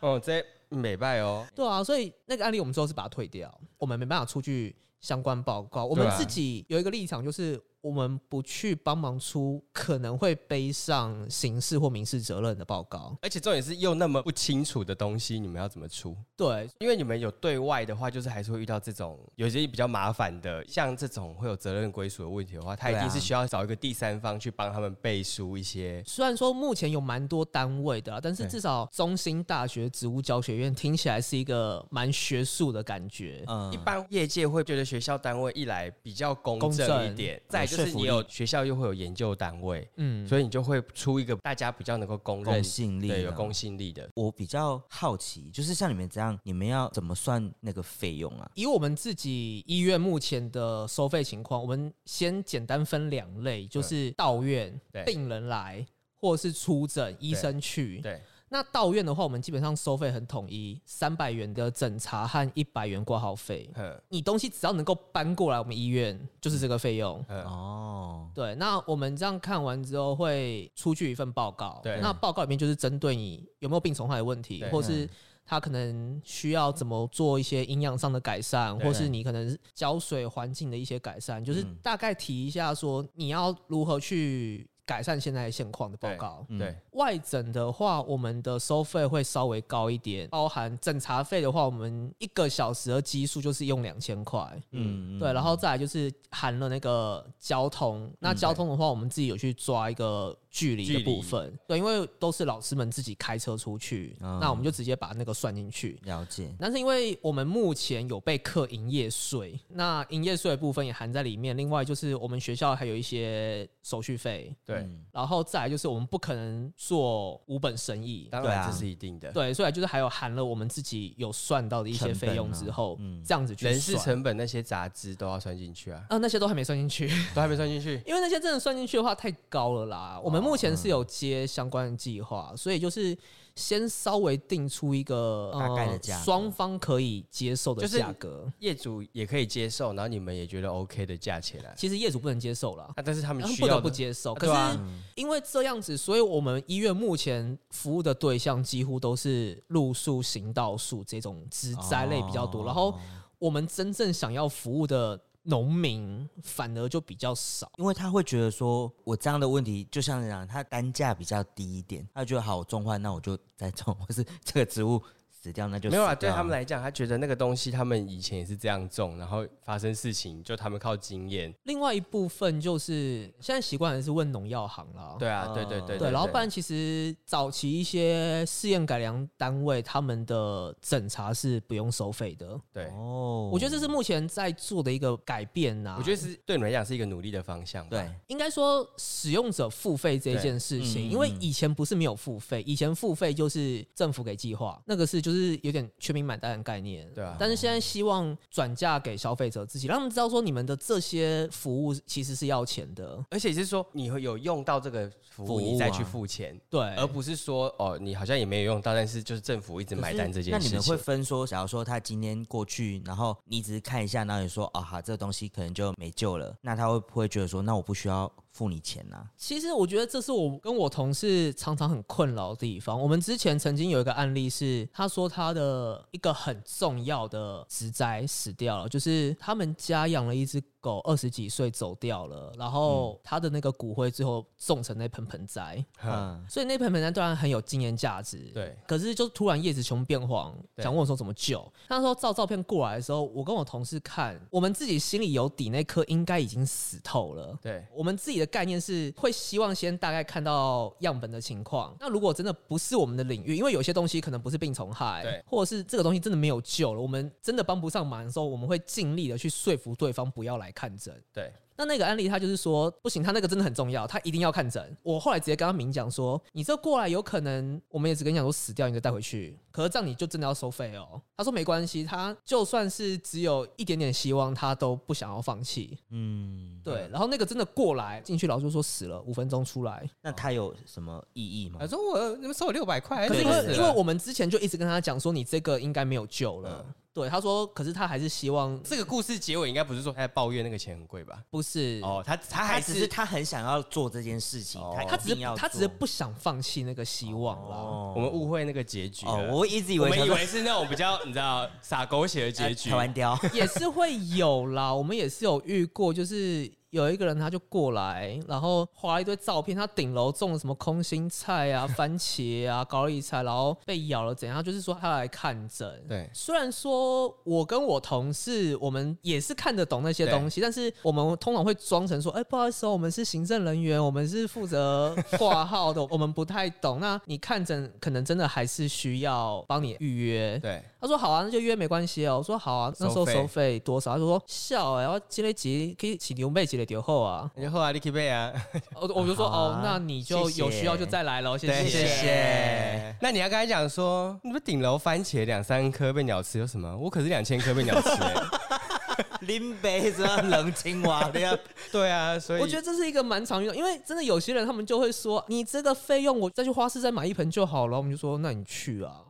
[SPEAKER 2] 哦，这美拜哦，
[SPEAKER 1] 对啊，所以那个案例我们最后是把它退掉，我们没办法出具相关报告。我们
[SPEAKER 2] 对啊
[SPEAKER 1] 自己有一个立场，就是我们不去帮忙出可能会背上刑事或民事责任的报告。
[SPEAKER 2] 而且重点是又那么不清楚的东西，你们要怎么出？
[SPEAKER 1] 对，
[SPEAKER 2] 因为你们有对外的话，就是还是会遇到这种有些比较麻烦的，像这种会有责任归属的问题的话，他一
[SPEAKER 4] 对啊
[SPEAKER 2] 定是需要找一个第三方去帮他们背书一些。
[SPEAKER 1] 虽然说目前有蛮多单位的啊、但是
[SPEAKER 2] 对
[SPEAKER 1] 至少中兴大学植物教学院听起来是一个蛮学术的感觉。
[SPEAKER 4] 嗯
[SPEAKER 2] 一般业界会觉得学校单位一来比较公
[SPEAKER 1] 公
[SPEAKER 2] 正
[SPEAKER 1] 正
[SPEAKER 2] 一点，再就是你
[SPEAKER 4] 有说
[SPEAKER 2] 有学校又会有研究单位，
[SPEAKER 1] 嗯，
[SPEAKER 2] 所以你就会出一个大家比较能够公认
[SPEAKER 4] 公信力
[SPEAKER 2] 对有
[SPEAKER 4] 的嗯
[SPEAKER 2] 公信力的。
[SPEAKER 4] 我比较好奇，就是像你们这样，你们要怎么算那个费用啊？
[SPEAKER 1] 以我们自己医院目前的收费情况，我们先简单分两类，就是到院
[SPEAKER 2] 对
[SPEAKER 1] 病人来，或者是出诊医生去。
[SPEAKER 2] 对，
[SPEAKER 1] 那到院的话，我们基本上收费很统一，三百元的诊查和一百元挂号费。
[SPEAKER 2] 嗯
[SPEAKER 1] 你东西只要能够搬过来我们医院，就是这个费用。
[SPEAKER 2] 嗯，
[SPEAKER 4] 哦，
[SPEAKER 1] 对，那我们这样看完之后会出具一份报告。
[SPEAKER 2] 对
[SPEAKER 1] 那报告里面就是针对你有没有病虫害的问题，
[SPEAKER 2] 对
[SPEAKER 1] 或是他可能需要怎么做一些营养上的改善，
[SPEAKER 2] 对
[SPEAKER 1] 或是你可能浇水环境的一些改善，就是
[SPEAKER 4] 嗯
[SPEAKER 1] 大概提一下说你要如何去改善现在现况的报告。
[SPEAKER 4] 嗯
[SPEAKER 2] 对，
[SPEAKER 1] 外诊的话，我们的收费会稍微高一点，包含诊查费的话，我们一个小时的基数就是用两千块。
[SPEAKER 4] 嗯，
[SPEAKER 1] 对，然后再来就是含了那个交通。
[SPEAKER 2] 嗯
[SPEAKER 1] 那交通的话，我们自己有去抓一个距离
[SPEAKER 2] 距
[SPEAKER 1] 的
[SPEAKER 2] 离啊
[SPEAKER 1] 部分，对，因为都是老师们自己开车出去，
[SPEAKER 4] 嗯
[SPEAKER 1] 那我们就直接把那个算进去。
[SPEAKER 4] 了解，
[SPEAKER 1] 但是因为我们目前有被课营业税，那营业税的部分也含在里面。另外就是我们学校还有一些手续费，
[SPEAKER 2] 对，
[SPEAKER 4] 嗯
[SPEAKER 1] 然后再来就是我们不可能做无本生意，
[SPEAKER 2] 当
[SPEAKER 4] 对啊
[SPEAKER 2] 然这是一定的。
[SPEAKER 1] 对，所以就是还有含了我们自己有算到的一些
[SPEAKER 4] 成本
[SPEAKER 1] 费用
[SPEAKER 4] 啊
[SPEAKER 1] 之后，
[SPEAKER 4] 嗯
[SPEAKER 1] 这样子去
[SPEAKER 2] 人事
[SPEAKER 1] 算
[SPEAKER 2] 成本那些杂志都要算进去啊，
[SPEAKER 1] 啊，那些 都还没算进去。
[SPEAKER 2] 都还没算进去。
[SPEAKER 1] 因为那些真的算进去的话太高了啦。我们目前是有接相关的计划，所以就是先稍微定出一个呃
[SPEAKER 4] 大概的价格
[SPEAKER 1] 双方可以接受的
[SPEAKER 2] 就是
[SPEAKER 1] 价格。
[SPEAKER 2] 业主也可以接受，然后你们也觉得 OK 的价钱啊，
[SPEAKER 1] 其实业主不能接受啦，
[SPEAKER 2] 啊但是他们
[SPEAKER 1] 他们
[SPEAKER 2] 需
[SPEAKER 1] 不得
[SPEAKER 2] 要
[SPEAKER 1] 不
[SPEAKER 2] 的
[SPEAKER 1] 接受。
[SPEAKER 2] 啊
[SPEAKER 1] 可
[SPEAKER 2] 对
[SPEAKER 1] 是
[SPEAKER 2] 啊
[SPEAKER 1] 因为这样子，所以我们医院目前服务的对象几乎都是路宿、行道树这种植栽类比较多，
[SPEAKER 4] 哦
[SPEAKER 1] 然后我们真正想要服务的农民反而就比较少。
[SPEAKER 4] 因为他会觉得说，我这样的问题，就像你讲，他单价比较低一点，他觉得好，我种坏，那我就再种，或是这个植物死掉，那就
[SPEAKER 2] 没有啊，
[SPEAKER 4] 死
[SPEAKER 2] 对
[SPEAKER 4] 掉
[SPEAKER 2] 他们来讲，他觉得那个东西他们以前也是这样种，然后发生事情就他们靠经验。
[SPEAKER 1] 另外一部分就是现在习惯还是问农药行了，
[SPEAKER 2] 对啊，对对
[SPEAKER 4] 嗯
[SPEAKER 2] 对
[SPEAKER 1] 哦对，然后不然其实早期一些试验改良单位他们的诊查是不用收费的，
[SPEAKER 2] 对，
[SPEAKER 4] 哦，
[SPEAKER 1] 我觉得这是目前在做的一个改变呐、
[SPEAKER 2] 我觉得是对你们来讲是一个努力的方向吧。
[SPEAKER 4] 对，
[SPEAKER 1] 应该说使用者付费这件事
[SPEAKER 4] 对
[SPEAKER 1] 情，
[SPEAKER 4] 嗯
[SPEAKER 1] 因为以前不是没有付费，以前付费就是政府给计划，那个是就是有点全民买单的概念。
[SPEAKER 2] 对啊
[SPEAKER 1] 但是现在希望转嫁给消费者自己，让他们知道说你们的这些服务其实是要钱的。
[SPEAKER 2] 而且是说你会有用到这个服
[SPEAKER 4] 服务
[SPEAKER 2] 务，你再去
[SPEAKER 4] 啊
[SPEAKER 2] 付钱，
[SPEAKER 1] 对，
[SPEAKER 2] 而不是说哦，你好像也没有用到，但是就是政府一直买单这件
[SPEAKER 4] 那
[SPEAKER 2] 事
[SPEAKER 4] 你
[SPEAKER 2] 情。
[SPEAKER 4] 们会分说，假如说他今天过去，然后你只是看一下，然后你说啊哈，这个东西可能就没救了，那他会不会觉得说，那我不需要付你钱呐、
[SPEAKER 1] 其实我觉得这是我跟我同事常常很困扰的地方。我们之前曾经有一个案例是，他说他的一个很重要的职灾死掉了，就是他们家养了一只狗，二十几岁走掉了，然后他的那个骨灰最后种成那盆盆栽，
[SPEAKER 2] 嗯
[SPEAKER 4] 嗯，
[SPEAKER 1] 所以那盆盆栽当然很有纪念价值。。
[SPEAKER 2] 对，
[SPEAKER 1] 可是就突然叶子全变黄，
[SPEAKER 2] 对
[SPEAKER 1] 想问我说怎么救。那时候照照片过来的时候，我跟我同事看，我们自己心里有底，那颗应该已经死透了。
[SPEAKER 2] 对，
[SPEAKER 1] 我们自己的概念是会希望先大概看到样本的情况。那如果真的不是我们的领域，因为有些东西可能不是病虫害，
[SPEAKER 2] 对
[SPEAKER 1] 或者是这个东西真的没有救了，我们真的帮不上忙的时候，我们会尽力的去说服对方不要来看诊。
[SPEAKER 2] 对，
[SPEAKER 1] 那那个案例，他就是说不行，他那个真的很重要，他一定要看诊。我后来直接跟他明讲说，你这过来有可能，我们也只跟你讲说死掉，你就带回去。可是这样你就真的要收费哦。他说没关系，他就算是只有一点点希望，他都不想要放弃。
[SPEAKER 4] 嗯，
[SPEAKER 1] 对，然后那个真的过来进去，老师就说死了，五分钟出来。
[SPEAKER 4] 那他有什么意义吗
[SPEAKER 2] 他？说我你们收我六百块，
[SPEAKER 1] 哦可是因
[SPEAKER 4] 哎对
[SPEAKER 1] 为因为我们之前就一直跟他讲说，你这个应该没有救了。
[SPEAKER 4] 嗯
[SPEAKER 1] 对，他说，可是他还是希望
[SPEAKER 2] 这个故事结尾应该不是说他在抱怨那个钱很贵吧？
[SPEAKER 1] 不是
[SPEAKER 2] 哦，他他
[SPEAKER 4] 他
[SPEAKER 2] 还
[SPEAKER 4] 只是他很想要做这件事情，
[SPEAKER 2] 哦
[SPEAKER 4] 他
[SPEAKER 1] 他
[SPEAKER 4] 一
[SPEAKER 1] 只是
[SPEAKER 4] 定要
[SPEAKER 1] 他只是
[SPEAKER 4] 做
[SPEAKER 1] 不想放弃那个希望啦。
[SPEAKER 4] 哦
[SPEAKER 2] 啊 我们误会那个结局了
[SPEAKER 4] 哦，我一直以
[SPEAKER 2] 我
[SPEAKER 4] 为
[SPEAKER 2] 们
[SPEAKER 4] 想
[SPEAKER 2] 以
[SPEAKER 4] 说啊
[SPEAKER 2] 为是那种比较你知道撒狗血的结局
[SPEAKER 4] 台。湾雕，
[SPEAKER 1] 也是会有啦，我们也是有遇过，就是有一个人他就过来，然后划了一堆照片，他顶楼种了什么空心菜啊、番茄啊、 高丽菜，然后被咬了怎样？他就是说他来看诊。
[SPEAKER 2] 对
[SPEAKER 1] 虽然说我跟我同事我们也是看得懂那些东西，但是我们通常会装成说，哎、不好意思、哦，我们是行政人员，我们是负责挂号的，我们不太懂。那你看诊可能真的还是需要帮你预约。
[SPEAKER 2] 对，
[SPEAKER 1] 他说好啊，那就约没关系哦。我说好啊，那时候收费多少？他就说笑哎、我今天几可以起牛妹几的牛后啊。
[SPEAKER 2] 那就后来 Licky 贝啊，
[SPEAKER 1] 我我就说、
[SPEAKER 4] 好啊
[SPEAKER 1] 哦，那你就
[SPEAKER 4] 谢谢
[SPEAKER 1] 有需要就再来喽，谢
[SPEAKER 2] 对
[SPEAKER 1] 谢。
[SPEAKER 4] 谢。
[SPEAKER 2] 那你要跟他讲说，你们顶楼番茄两三颗被鸟吃有什么？我可是两千颗被鸟吃、欸。
[SPEAKER 4] 林北什么冷青蛙的呀？
[SPEAKER 2] 对啊，所以
[SPEAKER 1] 我觉得这是一个蛮常用的，因为真的有些人他们就会说，你这个费用我再去花市再买一盆就好了。我们就说那你去啊。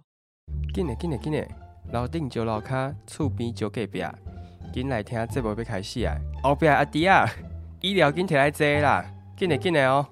[SPEAKER 3] 紧嘞紧嘞紧嘞，楼顶就楼骹，厝边就隔壁，紧来听节目要开始啊！后壁的阿弟啊，医疗紧摕来坐啦，紧嘞紧嘞哦。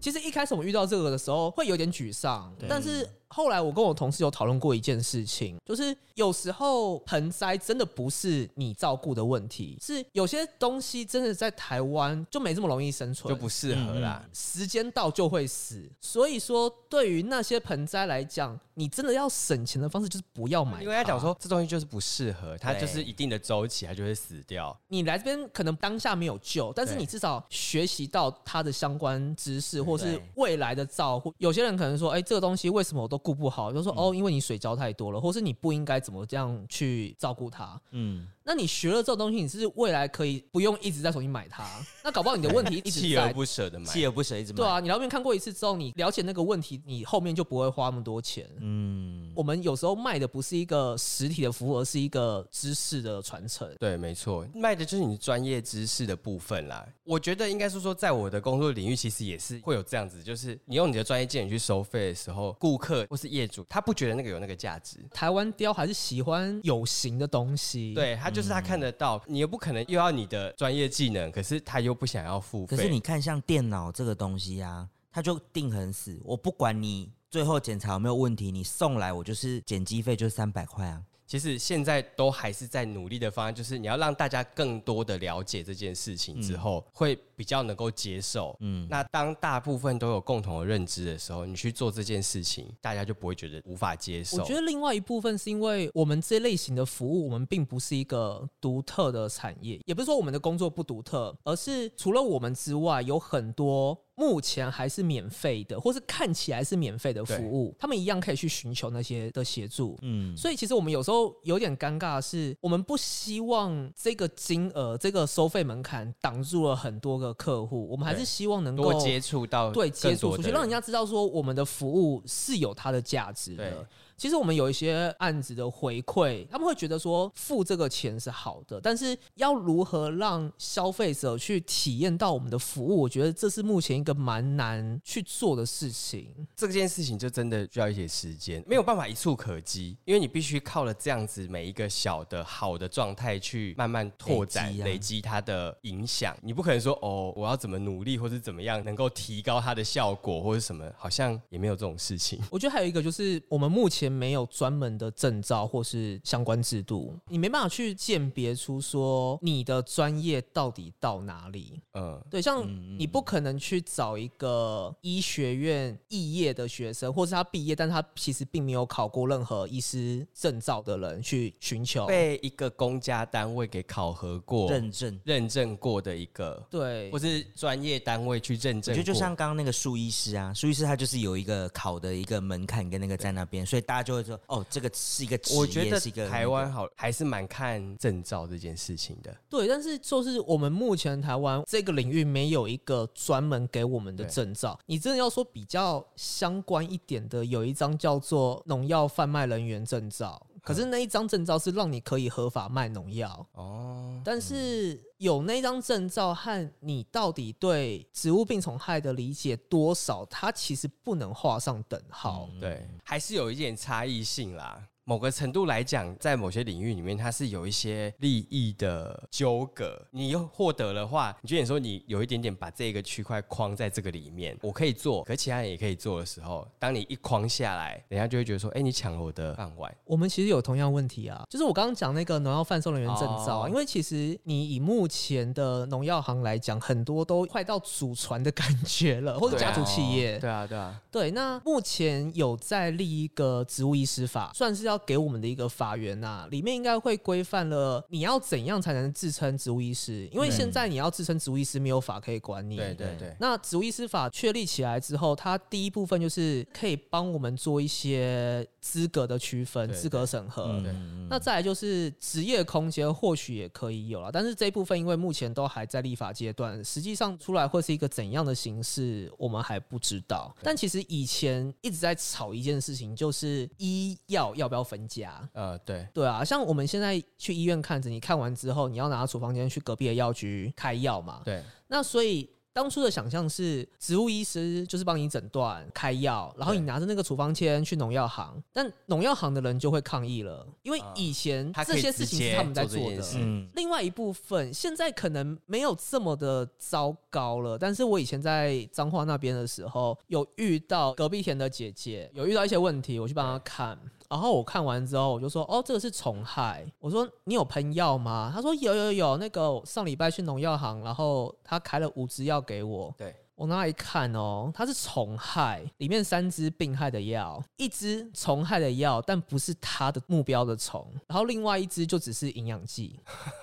[SPEAKER 1] 其实一开始我们遇到这个的时候会有点沮丧，但是后来我跟我同事有讨论过一件事情，就是有时候盆栽真的不是你照顾的问题，是有些东西真的在台湾就没这么容易生存，
[SPEAKER 2] 就不适合啦。
[SPEAKER 1] 时间到就会死。所以说，对于那些盆栽来讲，你真的要省钱的方式就是不要买它，
[SPEAKER 2] 因为他讲说这东西就是不适合，它
[SPEAKER 4] 对
[SPEAKER 2] 就是一定的周期，它就会死掉。
[SPEAKER 1] 你来这边可能当下没有救，但是
[SPEAKER 2] 对
[SPEAKER 1] 你至少学习到它的相关知识，或是
[SPEAKER 4] 对
[SPEAKER 1] 未来的照顾。有些人可能说，哎、这个东西为什么我都顾不好？就说、哦，因为你水浇太多了，或是你不应该怎么这样去照顾它。
[SPEAKER 4] 嗯，
[SPEAKER 1] 那你学了这种东西，你是未来可以不用一直在重新买它。那搞不好你的问题一直
[SPEAKER 2] 锲而
[SPEAKER 1] 在。
[SPEAKER 2] 不舍的买，
[SPEAKER 4] 锲而不舍一直买
[SPEAKER 1] 对，啊，你来这边看过一次之后，你了解那个问题，你后面就不会花那么多钱。
[SPEAKER 4] 嗯，
[SPEAKER 1] 我们有时候卖的不是一个实体的服务，而是一个知识的传承。
[SPEAKER 2] 对，没错，卖的就是你专业知识的部分啦。我觉得应该是说，在我的工作领域，其实也是会有这样子，就是你用你的专业技能去收费的时候，顾客或是业主他不觉得那个有那个价值。
[SPEAKER 1] 台湾雕还是喜欢有形的东西。
[SPEAKER 2] 对他就是他
[SPEAKER 4] 嗯
[SPEAKER 2] 看得到，你又不可能又要你的专业技能，可是他又不想要付费。
[SPEAKER 4] 可是你看，像电脑这个东西啊，它就定很死，我不管你最后检查有没有问题，你送来我就是检机费就是三百块啊。
[SPEAKER 2] 其实现在都还是在努力的方案，就是你要让大家更多的了解这件事情之后，会比较能够接受。
[SPEAKER 4] 嗯，
[SPEAKER 2] 那当大部分都有共同的认知的时候，你去做这件事情，大家就不会觉得无法接受。
[SPEAKER 1] 我觉得另外一部分是因为我们这类型的服务，我们并不是一个独特的产业，也不是说我们的工作不独特，而是除了我们之外，有很多目前还是免费的，或是看起来是免费的服务，他们一样可以去寻求那些的协助。
[SPEAKER 4] 嗯，
[SPEAKER 1] 所以其实我们有时候有点尴尬的是，我们不希望这个金额、这个收费门槛挡住了很多个客户，我们还是
[SPEAKER 2] 对
[SPEAKER 1] 希望能够
[SPEAKER 2] 多接触到
[SPEAKER 1] 对接
[SPEAKER 2] 呃更
[SPEAKER 1] 触
[SPEAKER 2] 多
[SPEAKER 1] 出
[SPEAKER 2] 的
[SPEAKER 1] 去，让人家知道说我们的服务是有它的价值的
[SPEAKER 2] 对。
[SPEAKER 1] 其实我们有一些案子的回馈，他们会觉得说付这个钱是好的，但是要如何让消费者去体验到我们的服务，我觉得这是目前一个蛮难去做的事情。
[SPEAKER 2] 这件事情就真的需要一些时间，没有办法一触可及，因为你必须靠了这样子每一个小的好的状态去慢慢拓展
[SPEAKER 4] 累积，啊
[SPEAKER 2] 累积它的影响。你不可能说哦，我要怎么努力，或是怎么样能够提高它的效果，或者什么，好像也没有这种事情。
[SPEAKER 1] 我觉得还有一个就是，我们目前没有专门的证照或是相关制度，你没办法去鉴别出说你的专业到底到哪里。
[SPEAKER 2] 嗯，
[SPEAKER 1] 对，像你不可能去找一个医学院肄业的学生，或是他毕业，但他其实并没有考过任何医师证照的人去寻求。
[SPEAKER 2] 哦被一个公家单位给考核过、
[SPEAKER 4] 认证。
[SPEAKER 2] 认证过的一个，
[SPEAKER 1] 对
[SPEAKER 2] 或，是专业单位去认
[SPEAKER 4] 我
[SPEAKER 2] 证
[SPEAKER 4] 觉
[SPEAKER 2] 过，
[SPEAKER 4] 得就像刚刚那个树医师啊，树医师他就是有一个考的一个门槛跟那个在那边，所以大家就会说，哦，这个是一个职业，
[SPEAKER 2] 我觉得
[SPEAKER 4] 是一个
[SPEAKER 2] 台湾好还是蛮看证照这件事情的。
[SPEAKER 1] 对，但是就是我们目前台湾这个领域没有一个专门给我们的
[SPEAKER 2] 对
[SPEAKER 1] 证照。你真的要说比较相关一点的，有一张叫做农药贩卖人员证照，
[SPEAKER 2] 嗯
[SPEAKER 1] 可是那一张证照是让你可以合法卖农药。
[SPEAKER 2] 哦，
[SPEAKER 1] 但是有那张证照和你到底对植物病虫害的理解多少，它其实不能画上等号。
[SPEAKER 2] 对，还是有一点差异性啦。某个程度来讲，在某些领域里面，它是有一些利益的纠葛。你又获得的话，你就点说你有一点点把这个区块框在这个里面，我可以做，可其他人也可以做的时候，当你一框下来，人家就会觉得说，哎，你抢了我的饭碗。
[SPEAKER 1] 我们其实有同样问题啊，就是我刚刚讲那个农药贩售人员证照、啊，
[SPEAKER 2] 哦
[SPEAKER 1] 因为其实你以目前的农药行来讲，很多都快到祖传的感觉了，或者家族企业。
[SPEAKER 2] 对啊，对啊，
[SPEAKER 1] 对，那目前有在立一个植物医师法，算是要给我们的一个法源呐、里面应该会规范了你要怎样才能自称植物医师，因为现在你要自称植物医师，没有法可以管你。
[SPEAKER 2] 嗯对对对，
[SPEAKER 1] 那植物医师法确立起来之后，它第一部分就是可以帮我们做一些资格的区分、
[SPEAKER 2] 对对
[SPEAKER 1] 资格审核。
[SPEAKER 2] 对
[SPEAKER 4] 嗯
[SPEAKER 1] 那再来就是职业空间，或许也可以有了，但是这一部分因为目前都还在立法阶段，实际上出来会是一个怎样的形式，我们还不知道。但其实以前一直在吵一件事情，就是医药要不要分家。
[SPEAKER 2] 呃，对，
[SPEAKER 1] 对啊，像我们现在去医院看诊，你看完之后，你要拿处方间去隔壁的药局开药嘛？
[SPEAKER 2] 对，
[SPEAKER 1] 那所以当初的想象是，植物医师就是帮你诊断、开药，然后你
[SPEAKER 2] 对
[SPEAKER 1] 拿着那个处方签去农药行，但农药行的人就会抗议了，因为
[SPEAKER 2] 啊
[SPEAKER 1] 以前
[SPEAKER 2] 他可
[SPEAKER 1] 这
[SPEAKER 2] 以
[SPEAKER 1] 些
[SPEAKER 2] 直
[SPEAKER 1] 事情是
[SPEAKER 2] 接
[SPEAKER 1] 他们在
[SPEAKER 2] 做这
[SPEAKER 1] 做
[SPEAKER 2] 件
[SPEAKER 1] 的。
[SPEAKER 2] 事
[SPEAKER 4] 嗯，
[SPEAKER 1] 另外一部分现在可能没有这么的糟糕了，但是我以前在彰化那边的时候，有遇到隔壁田的姐姐，有遇到一些问题，我去帮她看。然后我看完之后，我就说：“哦，这个是虫害。”我说：“你有喷药吗？”她说：“有有有，那个上礼拜去农药行，然后她开了五支药给我。”
[SPEAKER 2] 对。
[SPEAKER 1] 我拿来看哦，它是虫害，里面三支病害的药，一支虫害的药，但不是它的目标的虫，然后另外一支就只是营养剂，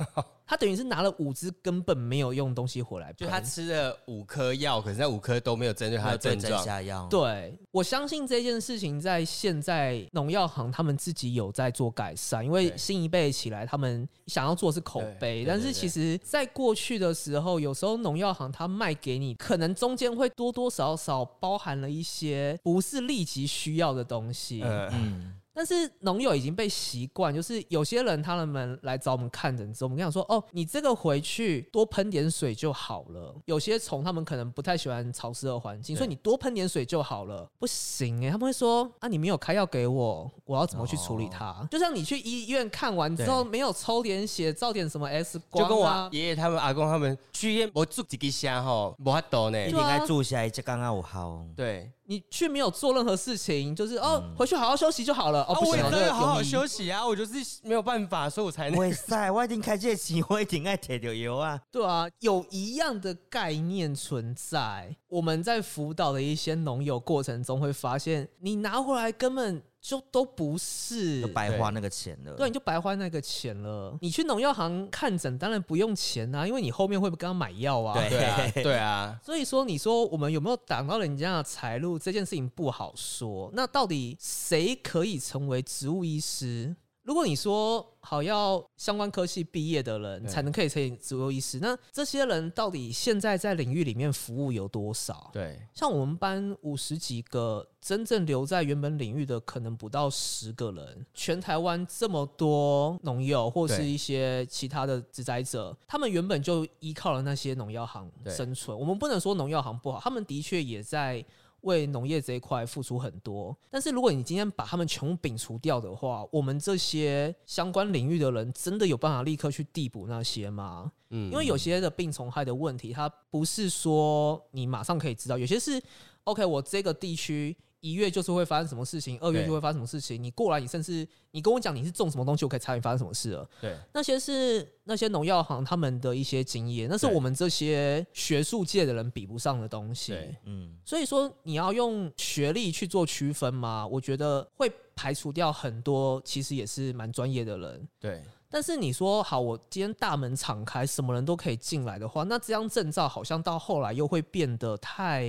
[SPEAKER 1] 他等于是拿了五支根本没有用的东西回来
[SPEAKER 2] 就
[SPEAKER 1] 喷。
[SPEAKER 2] 他吃了五颗药，可是那五颗都没有针对他的症状。啊
[SPEAKER 4] 下药，
[SPEAKER 1] 对我相信这件事情在现在农药行他们自己有在做改善，因为
[SPEAKER 2] 对
[SPEAKER 1] 新一辈起来他们想要做的是口碑，但是其实在过去的时候，有时候农药行他卖给你，可能中间会多多少少包含了一些不是立即需要的东西。
[SPEAKER 2] 嗯，
[SPEAKER 4] 嗯，
[SPEAKER 1] 但是农友已经被习惯，就是有些人他们来找我们看诊之后，我们跟他说：“哦，你这个回去多喷点水就好了。”有些虫他们可能不太喜欢潮湿的环境，
[SPEAKER 2] 对
[SPEAKER 1] 所以你多喷点水就好了。不行诶、他们会说：“啊，你没有开药给我，我要怎么去处理它？”
[SPEAKER 2] 哦
[SPEAKER 1] 就像你去医院看完之后，没有抽点血、照点什么 X 光、
[SPEAKER 2] 就
[SPEAKER 1] 啊，
[SPEAKER 2] 跟我爷爷他们、阿公他们去医院，我住几个乡吼，无法度呢
[SPEAKER 4] 一。
[SPEAKER 1] 对
[SPEAKER 4] 定
[SPEAKER 1] 啊
[SPEAKER 4] 该住下来，这刚刚我好，哦
[SPEAKER 2] 对，
[SPEAKER 1] 你却没有做任何事情，就是哦，
[SPEAKER 2] 嗯
[SPEAKER 1] 回去好好休息就
[SPEAKER 2] 啊
[SPEAKER 1] 好了。哦，不行，这个泳衣
[SPEAKER 2] 息啊，我就是没有办法，所以我才
[SPEAKER 4] 哇塞，我一定开这期，我一定爱摕到油啊！
[SPEAKER 1] 对啊，有一样的概念存在。我们在辅导的一些农友过程中会发现，你拿回来根本就都不是
[SPEAKER 4] 就。白花那个钱了。
[SPEAKER 1] 对，啊你就白花那个钱了。你去农药行看诊，当然不用钱啊，因为你后面会跟他买药啊。
[SPEAKER 4] 对
[SPEAKER 2] 对 啊，对啊，
[SPEAKER 1] 所以说，你说我们有没有挡到人家的财路这件事情不好说。那到底谁可以成为植物医师？如果你说好要相关科系毕业的人
[SPEAKER 2] 对
[SPEAKER 1] 才能可以成为植物医师，那这些人到底现在在领域里面服务有多少？
[SPEAKER 2] 对，
[SPEAKER 1] 像我们班五十几个，真正留在原本领域的可能不到十个人。全台湾这么多农友或是
[SPEAKER 2] 对
[SPEAKER 1] 一些其他的植栽者，他们原本就依靠了那些农药行
[SPEAKER 2] 对
[SPEAKER 1] 生存。我们不能说农药行不好，他们的确也在。为农业这一块付出很多，但是如果你今天把他们全部摒除掉的话，我们这些相关领域的人真的有办法立刻去递补那些吗？
[SPEAKER 2] 嗯
[SPEAKER 1] 因为有些的病虫害的问题，它不是说你马上可以知道，有些是 OK，我这个地区一月就是会发生什么事情，二月
[SPEAKER 2] 对
[SPEAKER 1] 就会发生什么事情。你过来，你甚至你跟我讲你是种什么东西，我可以猜你发生什么事了。
[SPEAKER 2] 对
[SPEAKER 1] 那些是那些农药行他们的一些经验，那是
[SPEAKER 2] 对
[SPEAKER 1] 我们这些学术界的人比不上的东西。
[SPEAKER 2] 对
[SPEAKER 4] 嗯，
[SPEAKER 1] 所以说，你要用学历去做区分吗？我觉得会排除掉很多其实也是蛮专业的人。
[SPEAKER 2] 对
[SPEAKER 1] 但是你说好，我今天大门敞开，什么人都可以进来的话，那这张证照好像到后来又会变得太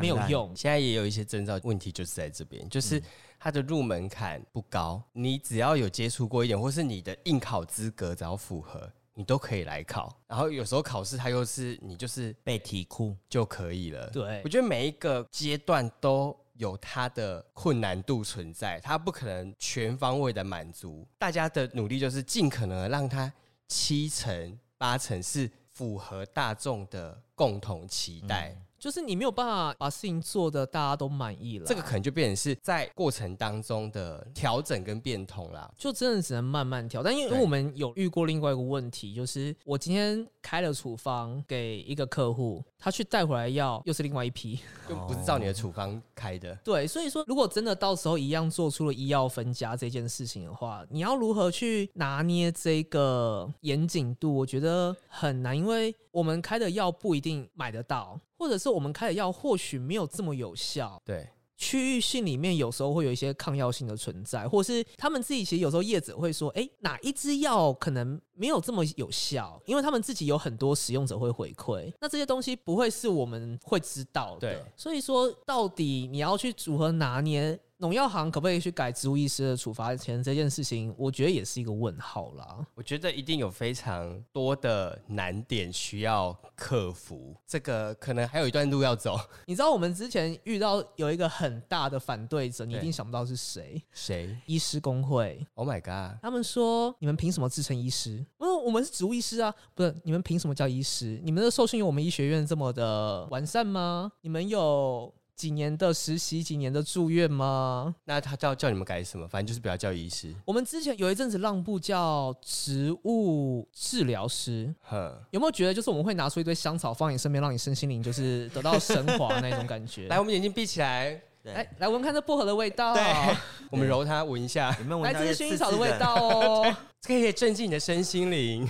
[SPEAKER 1] 没有用。
[SPEAKER 2] 现在也有一些征兆问题，就是在这边，就是它的入门槛不高，你只要有接触过一点，或是你的应考资格只要符合，你都可以来考。然后有时候考试它又是你就是
[SPEAKER 4] 被题库
[SPEAKER 2] 就可以了。
[SPEAKER 1] 对
[SPEAKER 2] 我觉得每一个阶段都有它的困难度存在，它不可能全方位的满足。大家的努力就是尽可能地让它七成八成是符合大众的共同期待。
[SPEAKER 1] 就是你没有办法把事情做的大家都满意了，
[SPEAKER 2] 这个可能就变成是在过程当中的调整跟变通啦。
[SPEAKER 1] 就真的只能慢慢调。但因为
[SPEAKER 2] 对
[SPEAKER 1] 我们有遇过另外一个问题，就是我今天开了处方给一个客户，他去带回来药又是另外一批。
[SPEAKER 2] 就不是照你的处方开的。
[SPEAKER 1] 对，所以说，如果真的到时候一样做出了医药分家这件事情的话，你要如何去拿捏这个严谨度？我觉得很难，因为我们开的药不一定买得到，或者是我们开的药或许没有这么有效。
[SPEAKER 2] 对
[SPEAKER 1] 区域性里面有时候会有一些抗药性的存在，或是他们自己其实有时候业者会说，哎，哪一支药可能没有这么有效，因为他们自己有很多使用者会回馈，那这些东西不会是我们会知道的。
[SPEAKER 2] 对
[SPEAKER 1] 所以说，到底你要去如何拿捏农药行可不可以去改植物医师的处罚钱这件事情，我觉得也是一个问号啦。
[SPEAKER 2] 我觉得一定有非常多的难点需要克服，这个可能还有一段路要走。
[SPEAKER 1] 你知道我们之前遇到有一个很大的反对者，你一
[SPEAKER 2] 对
[SPEAKER 1] 定想不到是谁，
[SPEAKER 2] 谁
[SPEAKER 1] 医师工会。
[SPEAKER 2] ？Oh my god！
[SPEAKER 1] 他们说：“你们凭什么自称医师？”我说：“我们是植物医师啊，不是你们凭什么叫医师？你们的受训有我们医学院这么的完善吗？你们有几年的实习，几年的住院吗？
[SPEAKER 2] 那他叫叫你们改什么？反正就是不要叫医师。
[SPEAKER 1] 我们之前有一阵子让步叫植物治疗师，
[SPEAKER 2] 哼，
[SPEAKER 1] 有没有觉得就是我们会拿出一堆香草放你身边，让你身心灵就是得到升华那种感觉？
[SPEAKER 2] 来，我们眼睛闭起来，
[SPEAKER 1] 来来闻看这薄荷的味道，哦
[SPEAKER 2] 对我们揉它，闻一下，
[SPEAKER 4] 有没有闻
[SPEAKER 1] 来
[SPEAKER 4] 到
[SPEAKER 1] 自
[SPEAKER 4] 一
[SPEAKER 1] 薰
[SPEAKER 4] 些
[SPEAKER 1] 衣草的
[SPEAKER 4] 刺刺
[SPEAKER 1] 味道 哦。”
[SPEAKER 2] 这可以镇静你的身心灵。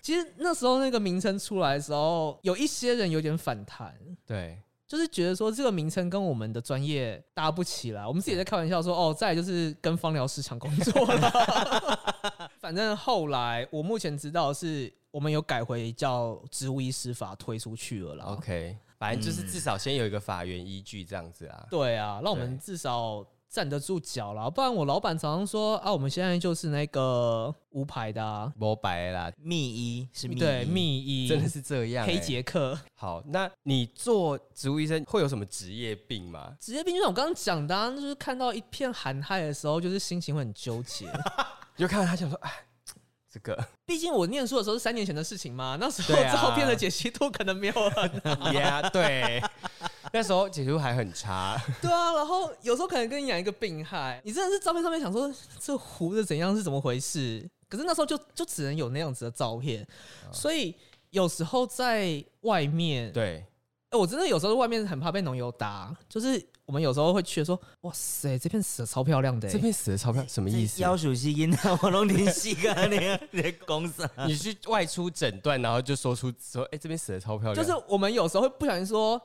[SPEAKER 1] 其实那时候那个名称出来的时候，有一些人有点反弹，
[SPEAKER 2] 对
[SPEAKER 1] 就是觉得说这个名称跟我们的专业搭不起来，我们自己也在开玩笑说哦，再来就是跟芳疗市场工作了。 反正后来我目前知道的是我们有改回叫植物医师法推出去了啦。
[SPEAKER 2] ，OK，反正就是至少先有一个法源依据这样子啊。
[SPEAKER 1] 对啊，让我们
[SPEAKER 2] 对
[SPEAKER 1] 至少站得住脚啦，不然我老板常常说啊，我们现在就是那个无牌的、啊，
[SPEAKER 2] 摸白啦，
[SPEAKER 4] 密医是密
[SPEAKER 1] 对
[SPEAKER 4] 医
[SPEAKER 1] 密医，
[SPEAKER 2] 真的是这样、欸。
[SPEAKER 1] 黑杰克。
[SPEAKER 2] 好，那你做植物医生会有什么职业病吗？
[SPEAKER 1] 职业病就像我刚刚讲的、啊，就是看到一片寒害的时候，就是心情会很纠结。
[SPEAKER 2] 你就看到他想说，哎，这个
[SPEAKER 1] 毕竟我念书的时候是三年前的事情嘛，那时候
[SPEAKER 2] 对啊
[SPEAKER 1] 照片的解析度可能没有很
[SPEAKER 2] ，Yeah，对，那时候解读还很差，
[SPEAKER 1] 对啊。然后有时候可能跟你养一个病害，你真的是照片上面想说这糊的怎样是怎么回事，可是那时候就就只能有那样子的照片，所以有时候在外面
[SPEAKER 2] 嗯对，
[SPEAKER 1] 哎、我真的有时候在外面很怕被农油打，就是我们有时候会去说，哇塞，这片死的超漂亮的、欸
[SPEAKER 2] 这边死的钞票什么意思？
[SPEAKER 4] 要属是因啊，我拢挺细个你你在讲啥？
[SPEAKER 2] 你去外出诊断，然后就说出说，哎、这边死的钞票，
[SPEAKER 1] 就是我们有时候会不小心说，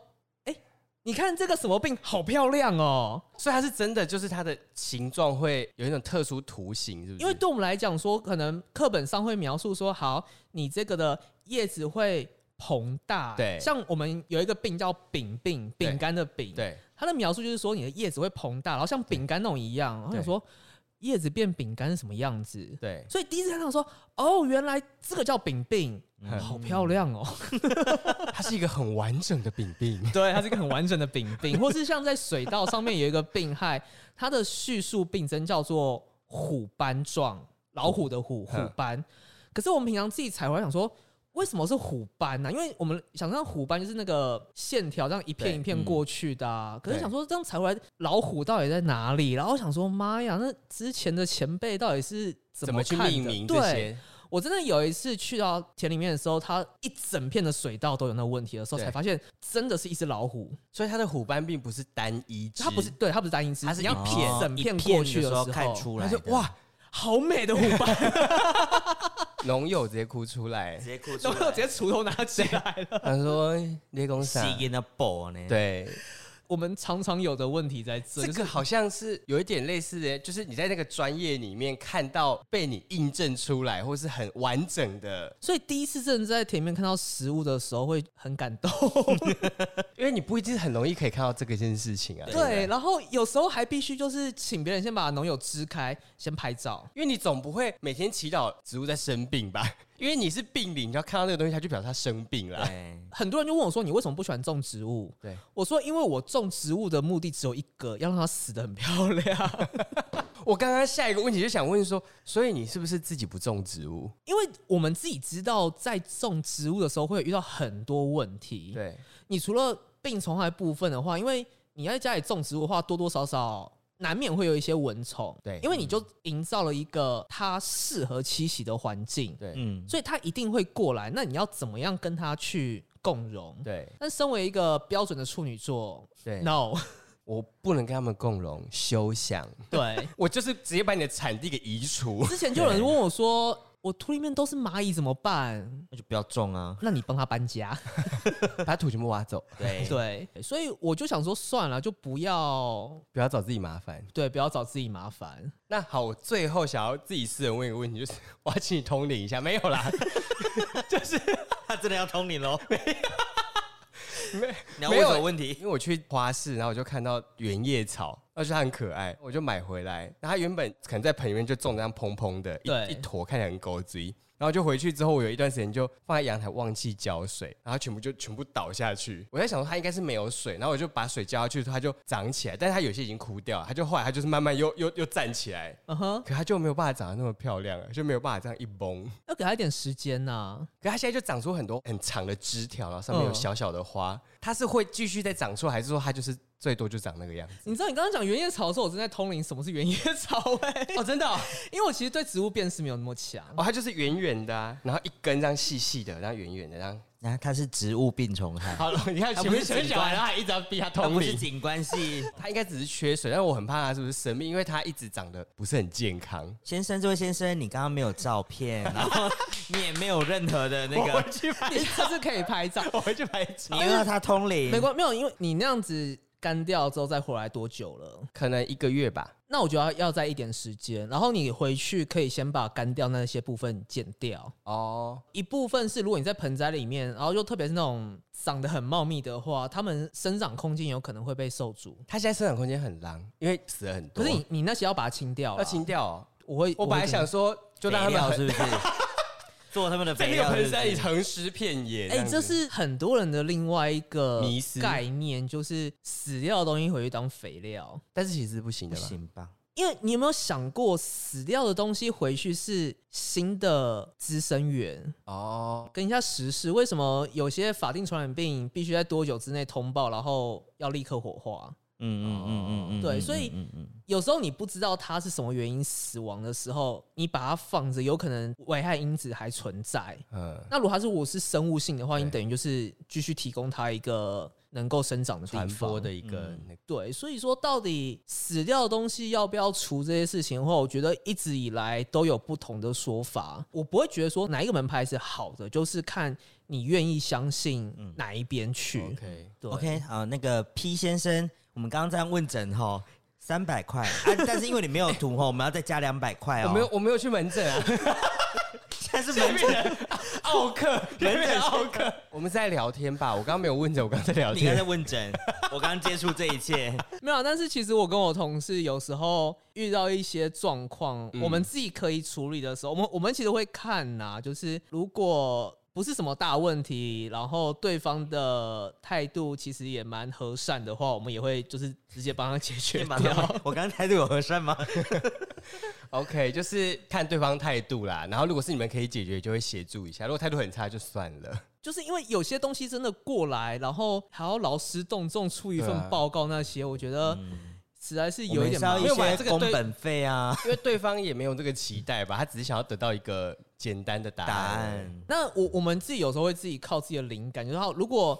[SPEAKER 1] 哎、你看这个什么病好漂亮哦、
[SPEAKER 2] 所以它是真的，就是它的形状会有一种特殊图形，是不是？
[SPEAKER 1] 因为对我们来讲说，可能课本上会描述说，好，你这个的叶子会膨大。
[SPEAKER 2] 对
[SPEAKER 1] 像我们有一个病叫饼病，
[SPEAKER 2] 对
[SPEAKER 1] 饼干的饼。，
[SPEAKER 2] 对
[SPEAKER 1] 它的描述就是说你的叶子会膨大，然后像饼干那种一样。然后
[SPEAKER 2] 对
[SPEAKER 1] 想说叶子变饼干是什么样子？
[SPEAKER 2] 对，
[SPEAKER 1] 所以第一次看到说，哦，原来这个叫饼饼，好漂亮哦。
[SPEAKER 2] 它是一个很完整的饼饼。
[SPEAKER 1] 对，它是一个很完整的饼病，或是像在水稻上面有一个病害，它的叙述病症叫做虎斑状，老虎的虎虎
[SPEAKER 2] 嗯
[SPEAKER 1] 斑。可是我们平常自己采回来想说，为什么是虎斑呢、因为我们想象虎斑就是那个线条这样一片
[SPEAKER 2] 对
[SPEAKER 1] 一
[SPEAKER 2] 嗯
[SPEAKER 1] 片过去的、啊，可是
[SPEAKER 2] 对
[SPEAKER 1] 想说这样采回来老虎到底在哪里？然后想说妈呀，那之前的前辈到底是 怎
[SPEAKER 2] 怎么去
[SPEAKER 1] 看的
[SPEAKER 2] 命名这
[SPEAKER 1] 对，
[SPEAKER 2] 些？
[SPEAKER 1] 我真的有一次去到田里面的时候，它一整片的水稻都有那个问题的时候，
[SPEAKER 2] 对
[SPEAKER 1] 才发现真的是一只老虎。
[SPEAKER 2] 所以它的虎斑并不是单一 只，
[SPEAKER 1] 它不是对，它不是单一只，
[SPEAKER 2] 它是
[SPEAKER 1] 你要
[SPEAKER 2] 一
[SPEAKER 1] 撇
[SPEAKER 2] 片
[SPEAKER 1] 整
[SPEAKER 4] 一
[SPEAKER 1] 片过去
[SPEAKER 4] 的
[SPEAKER 1] 时候
[SPEAKER 4] 看出来
[SPEAKER 2] 它
[SPEAKER 4] 的，
[SPEAKER 2] 就哇，
[SPEAKER 1] 好美的虎斑，
[SPEAKER 2] 农友直接哭出来
[SPEAKER 4] 直，接哭出
[SPEAKER 1] 然后
[SPEAKER 4] 来
[SPEAKER 1] 直，接锄头拿起来了。
[SPEAKER 2] 他说猎公
[SPEAKER 4] 吸
[SPEAKER 2] 傻。
[SPEAKER 4] 烟的爆呢？，
[SPEAKER 2] 对，
[SPEAKER 1] 我们常常有的问题在这，
[SPEAKER 2] 这
[SPEAKER 1] 就是
[SPEAKER 2] 个好像是有一点类似的，就是你在那个专业里面看到被你印证出来，或是很完整的，
[SPEAKER 1] 所以第一次真的在田里面看到食物的时候，会很感动。
[SPEAKER 2] 因为你不一定很容易可以看到这个件事情啊。不
[SPEAKER 1] 对，然后有时候还必须就是请别人先把农友支开，先拍照。
[SPEAKER 2] 因为你总不会每天祈祷植物在生病吧？ 因为你是病理，你要看到那个东西，它就表示它生病了。
[SPEAKER 4] 哎，
[SPEAKER 1] 很多人就问我说：“你为什么不喜欢种植物？”
[SPEAKER 2] 对，
[SPEAKER 1] 我说：“因为我种植物的目的只有一个，要让它死得很漂 亮。
[SPEAKER 2] 我刚刚下一个问题就想问说，所以你是不是自己不种植物？
[SPEAKER 1] 因为我们自己知道，在种植物的时候会遇到很多问题。，
[SPEAKER 2] 对，
[SPEAKER 1] 你除了病虫害部分的话，因为你在家里种植物的话，多多少少难免会有一些蚊虫。
[SPEAKER 2] 对
[SPEAKER 1] 因为你就营造了一个它适合栖息的环境，
[SPEAKER 2] 对，
[SPEAKER 4] 嗯，
[SPEAKER 1] 所以它一定会过来。那你要怎么样跟它去共融？
[SPEAKER 2] 对，
[SPEAKER 1] 但身为一个标准的处女座
[SPEAKER 2] 对
[SPEAKER 1] ，no，
[SPEAKER 2] 我不能跟他们共荣休想，
[SPEAKER 1] 对。
[SPEAKER 2] 我就是直接把你的产地给移 除。
[SPEAKER 1] 之前就有人问我说：“我土里面都是蚂蚁，怎么办
[SPEAKER 4] 那就不要种啊？”。
[SPEAKER 1] 那你帮他搬家。
[SPEAKER 2] 把土全部挖走，
[SPEAKER 4] 对，
[SPEAKER 1] 对，所以我就想说，算了，就不要
[SPEAKER 2] 不要找自己麻烦。
[SPEAKER 1] 对，不要找自己麻烦。
[SPEAKER 2] 那好，我最后想要自己私人问一个问题，就是我要请你通灵一下，没有啦，
[SPEAKER 4] 他真的要通你喽。
[SPEAKER 2] 没
[SPEAKER 4] 你要
[SPEAKER 2] 没
[SPEAKER 4] 问
[SPEAKER 2] 有
[SPEAKER 4] 什么问题？
[SPEAKER 2] 因为我去花市，然后我就看到原叶草，而且它很可爱，我就买回来。然后它原本可能在盆里面就种得这样蓬蓬的，
[SPEAKER 1] 对
[SPEAKER 2] 一一坨，看起来很狗嘴。然后就回去之后，我有一段时间就放在阳台忘记浇水，然后全部就全部倒下去。我在想说它应该是没有水，然后我就把水浇下去的时候，它就长起来，但是它有些已经枯掉了，它就后来它就是慢慢又又又站起来，
[SPEAKER 1] 嗯哼，
[SPEAKER 2] 可它就没有办法长得那么漂亮了，就没有办法这样一崩。
[SPEAKER 1] 要给他一点时间呐、
[SPEAKER 2] 可它现在就长出很多很长的枝条，然后上面有
[SPEAKER 1] 嗯
[SPEAKER 2] 小小的花，它是会继续再长出来，还是说它就是最多就长那个样子？
[SPEAKER 1] 你知道你刚刚讲原叶草的时候，我正在通灵什么是原叶草哎、
[SPEAKER 2] 哦，真的哦，
[SPEAKER 1] 因为我其实对植物辨识没有那么 强。
[SPEAKER 2] 哦它就是圆圆的、啊，然后一根这样细细的，然后圆圆的，然后
[SPEAKER 4] 那啊他是植物病虫害，
[SPEAKER 2] 好了，你看
[SPEAKER 1] 它
[SPEAKER 2] 前
[SPEAKER 1] 不
[SPEAKER 2] 面
[SPEAKER 1] 是
[SPEAKER 2] 小
[SPEAKER 1] 景
[SPEAKER 2] 小孩，
[SPEAKER 1] 观
[SPEAKER 2] 然后还一直要逼它
[SPEAKER 4] 他
[SPEAKER 2] 通
[SPEAKER 4] 不是
[SPEAKER 2] 灵。
[SPEAKER 4] 景观系。
[SPEAKER 2] 它应该只是缺水，但我很怕它是不是生病，因为它一直长得不是很健康。
[SPEAKER 4] 先生，这位先生，你刚刚没有照片，然后你也没有任何的那
[SPEAKER 2] 我回
[SPEAKER 4] 个，
[SPEAKER 2] 去拍，
[SPEAKER 1] 你下次可以拍 照，
[SPEAKER 2] 我回去拍照
[SPEAKER 4] 你。又让他通灵，
[SPEAKER 1] 没关没有，因为你那样子干掉之后再回来多久了？
[SPEAKER 2] 可能一个月吧，
[SPEAKER 1] 那我觉得要要再一点时间，然后你回去可以先把干掉那些部分剪掉。
[SPEAKER 2] 哦，
[SPEAKER 1] 一部分是如果你在盆栽里面，然后就特别是那种长得很茂密的话，它们生长空间有可能会被受阻。
[SPEAKER 2] 它现在生长空间很狼，因为死了很
[SPEAKER 1] 可
[SPEAKER 2] 多。
[SPEAKER 1] 是你你那些要把它清掉
[SPEAKER 2] 要
[SPEAKER 1] 了，
[SPEAKER 2] 清掉哦。
[SPEAKER 1] 我会
[SPEAKER 2] 我本来
[SPEAKER 1] 会跟
[SPEAKER 2] 想
[SPEAKER 1] 你
[SPEAKER 2] 说，就让
[SPEAKER 4] 肥
[SPEAKER 2] 它们
[SPEAKER 4] 料
[SPEAKER 2] 很
[SPEAKER 4] 是不是？ 做他们的
[SPEAKER 2] 在
[SPEAKER 4] 肥
[SPEAKER 2] 那个
[SPEAKER 4] 料是
[SPEAKER 2] 盆
[SPEAKER 4] 不
[SPEAKER 2] 栽里
[SPEAKER 4] 是，
[SPEAKER 2] 横尸遍野。
[SPEAKER 1] 哎、
[SPEAKER 2] 样子
[SPEAKER 1] 这是很多人的另外一个
[SPEAKER 2] 迷思
[SPEAKER 1] 概念，就是死掉的东西回去当肥料。
[SPEAKER 2] 但是其实是不行
[SPEAKER 4] 不
[SPEAKER 2] 的吧？
[SPEAKER 4] 行吧？
[SPEAKER 1] 因为你有没有想过，死掉的东西回去是新的滋生源？
[SPEAKER 2] 哦，
[SPEAKER 1] 跟一下时事，为什么有些法定传染病必须在多久之内通报，然后要立刻火化？
[SPEAKER 4] 嗯嗯嗯嗯嗯，
[SPEAKER 1] 对
[SPEAKER 4] 嗯
[SPEAKER 1] 所以
[SPEAKER 4] 嗯嗯嗯
[SPEAKER 1] 有时候你不知道他是什么原因死亡的时候，你把它放着，有可能危害因子还存在。
[SPEAKER 2] 嗯，
[SPEAKER 1] 那如果它是我是生物性的话，你等于就是继续提供它一个能够生长的地
[SPEAKER 2] 传嗯播
[SPEAKER 1] 方。
[SPEAKER 2] 的一个那个
[SPEAKER 1] 对，所以说到底死掉的东西要不要除这些事情的话，我觉得一直以来都有不同的说法。我不会觉得说哪一个门派是好的，就是看你愿意相信哪一边去。
[SPEAKER 2] 嗯 OK，
[SPEAKER 1] 对
[SPEAKER 4] OK，好，那个 P 先生，我们刚刚这样问诊哈，三百块啊，但是因为你没有图哈，我们要再加两百块哦。
[SPEAKER 2] 我没有，我没有去门诊 啊，
[SPEAKER 4] 现在是门诊，
[SPEAKER 2] 奥克，
[SPEAKER 4] 门诊
[SPEAKER 2] 奥克， 我们在聊天吧，我刚刚没有问诊，我刚刚在聊
[SPEAKER 4] 你刚才在
[SPEAKER 2] 天，
[SPEAKER 4] 问诊，我刚刚接触这一切，
[SPEAKER 1] 没有，但是其实我跟我同事有时候遇到一些状况，我们自己可以处理的时候，我们我们其实会看呐、就是如果不是什么大问题，然后对方的态度其实也蛮和善的话，我们也会就是直接帮他解决
[SPEAKER 4] 你 马
[SPEAKER 1] 掉。
[SPEAKER 4] 上，我刚才对我和善吗？
[SPEAKER 2] OK，就是看对方态度啦。然后如果是你们可以解决，就会协助一下；如果态度很差，就算了。
[SPEAKER 1] 就是因为有些东西真的过来，然后还要劳师动众出一份
[SPEAKER 2] 对啊
[SPEAKER 1] 报告那些，我觉得实在是有一点
[SPEAKER 4] 我
[SPEAKER 1] 麻烦
[SPEAKER 4] 们是
[SPEAKER 2] 没有
[SPEAKER 4] 要
[SPEAKER 2] 吧
[SPEAKER 4] 一
[SPEAKER 2] 这
[SPEAKER 4] 些
[SPEAKER 2] 个
[SPEAKER 4] 工
[SPEAKER 2] 对
[SPEAKER 4] 本费啊，
[SPEAKER 2] 因为对方也没有这个期待吧，他只是想要得到一个简单的答
[SPEAKER 4] 答
[SPEAKER 2] 案。
[SPEAKER 4] 案。
[SPEAKER 1] 那我我们自己有时候会自己靠自己的灵感，然后如果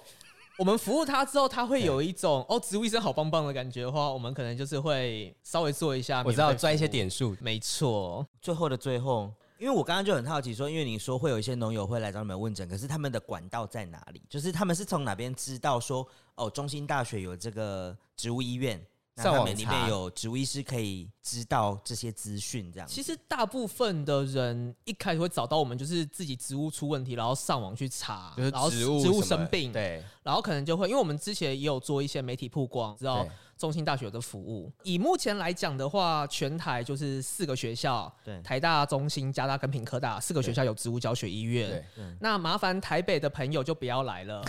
[SPEAKER 1] 我们服务他之后，他会有一种哦，植物医生好棒棒的感觉的话，我们可能就是会稍微做一下，
[SPEAKER 2] 我知道赚一些。点数，
[SPEAKER 1] 没错，
[SPEAKER 4] 最后的最后，因为我刚刚就很好奇说，因为你说会有一些农友会来找你们问诊，可是他们的管道在哪里？就是他们是从哪边知道说，哦，中兴大学有这个植物医院，那
[SPEAKER 2] 上
[SPEAKER 4] 他
[SPEAKER 2] 网
[SPEAKER 4] 们里
[SPEAKER 2] 查
[SPEAKER 4] 面有植物医师可以知道这些资讯，这样子。
[SPEAKER 1] 其实大部分的人一开始会找到我们，就是自己植物出问题，然后上网去查，
[SPEAKER 2] 就是
[SPEAKER 1] 然后
[SPEAKER 2] 植物
[SPEAKER 1] 植物
[SPEAKER 2] 什么
[SPEAKER 1] 生病，，
[SPEAKER 2] 对，
[SPEAKER 1] 然后可能就会，因为我们之前也有做一些媒体曝光，知道
[SPEAKER 2] 对
[SPEAKER 1] 中兴大学的服务。以目前来讲的话，全台就是四个学校，
[SPEAKER 4] 对
[SPEAKER 1] 台大、中兴、加大跟品科大四个学校有植物教学医院
[SPEAKER 2] 对。嗯
[SPEAKER 1] 那麻烦台北的朋友就不要来 了，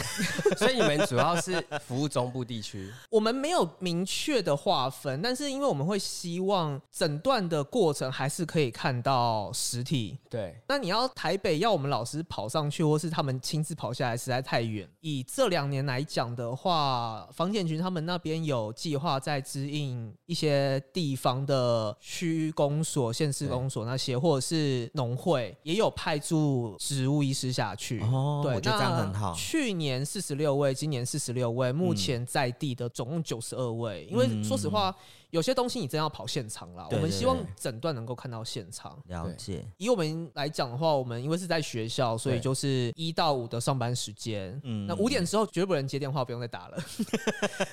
[SPEAKER 2] 所以你们主要是服务中部地区，
[SPEAKER 1] 我们没有明确的划分，但是因为我们会希望诊断的过程还是可以看到实体，
[SPEAKER 2] 对，。
[SPEAKER 1] 那你要台北要我们老师跑上去，或是他们亲自跑下来，实在太远。以这两年来讲的话，房检局他们那边有计划在支应一些地方的区公所、县市公所那些，或者是农会，也有派驻植物医师下去。
[SPEAKER 4] 哦
[SPEAKER 1] 对，
[SPEAKER 4] 我觉得这样
[SPEAKER 1] 那
[SPEAKER 4] 很好
[SPEAKER 1] 去年四十六位，今年四十六位，目前在地的总共九十二位。因为说实话，有些东西你真要跑现场啦，
[SPEAKER 4] 嗯对
[SPEAKER 1] 我们
[SPEAKER 4] 对
[SPEAKER 1] 希望
[SPEAKER 4] 对
[SPEAKER 1] 诊断能够看到现场。
[SPEAKER 4] 了解，
[SPEAKER 1] 以我们来讲的话，我们因为是在学校，所以就是一到五的上班时间。
[SPEAKER 4] 嗯
[SPEAKER 1] 那五点之后绝对不能接电话，不用再打了。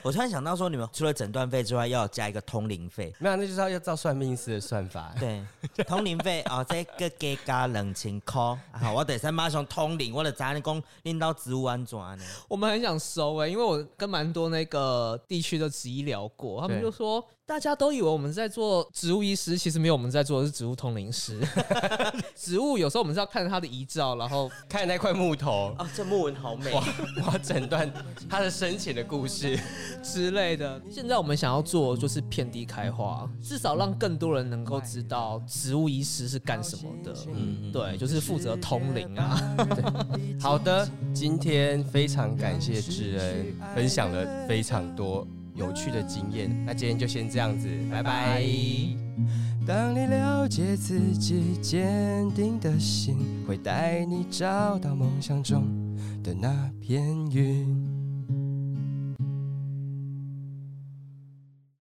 [SPEAKER 4] 我突然想到说，你们除了诊断费之外，要有加一个通灵费
[SPEAKER 2] 没有，那就是要要照算命师的算法。
[SPEAKER 4] 对，通灵费啊，这个给加冷清扣。好，我等下马上通灵，我的查你讲，拎到植物安怎呢？
[SPEAKER 1] 我们很想收哎、因为我跟蛮多那个地区的职医聊过，他们
[SPEAKER 2] 对
[SPEAKER 1] 就说大家都以为我们在做植物医师，其实没有，我们在做的是植物通灵师。 植物有时候我们是要看它的遗照，然后
[SPEAKER 2] 看那块木头，
[SPEAKER 4] 哦，这木纹好美
[SPEAKER 2] 哇， 我要诊断他的生前的故 事。
[SPEAKER 1] 之类的。现在我们想要做的就是遍地开花，至少让更多人能够知道植物医师是干什么的。
[SPEAKER 2] 嗯，
[SPEAKER 1] 对，就是负责通灵啊。
[SPEAKER 2] 好的，今天非常感谢智恩分享了非常多有趣的经验。那今天就先这样子，拜拜。
[SPEAKER 3] 当你了解自己，坚定的心会带你找到梦想中的那片云。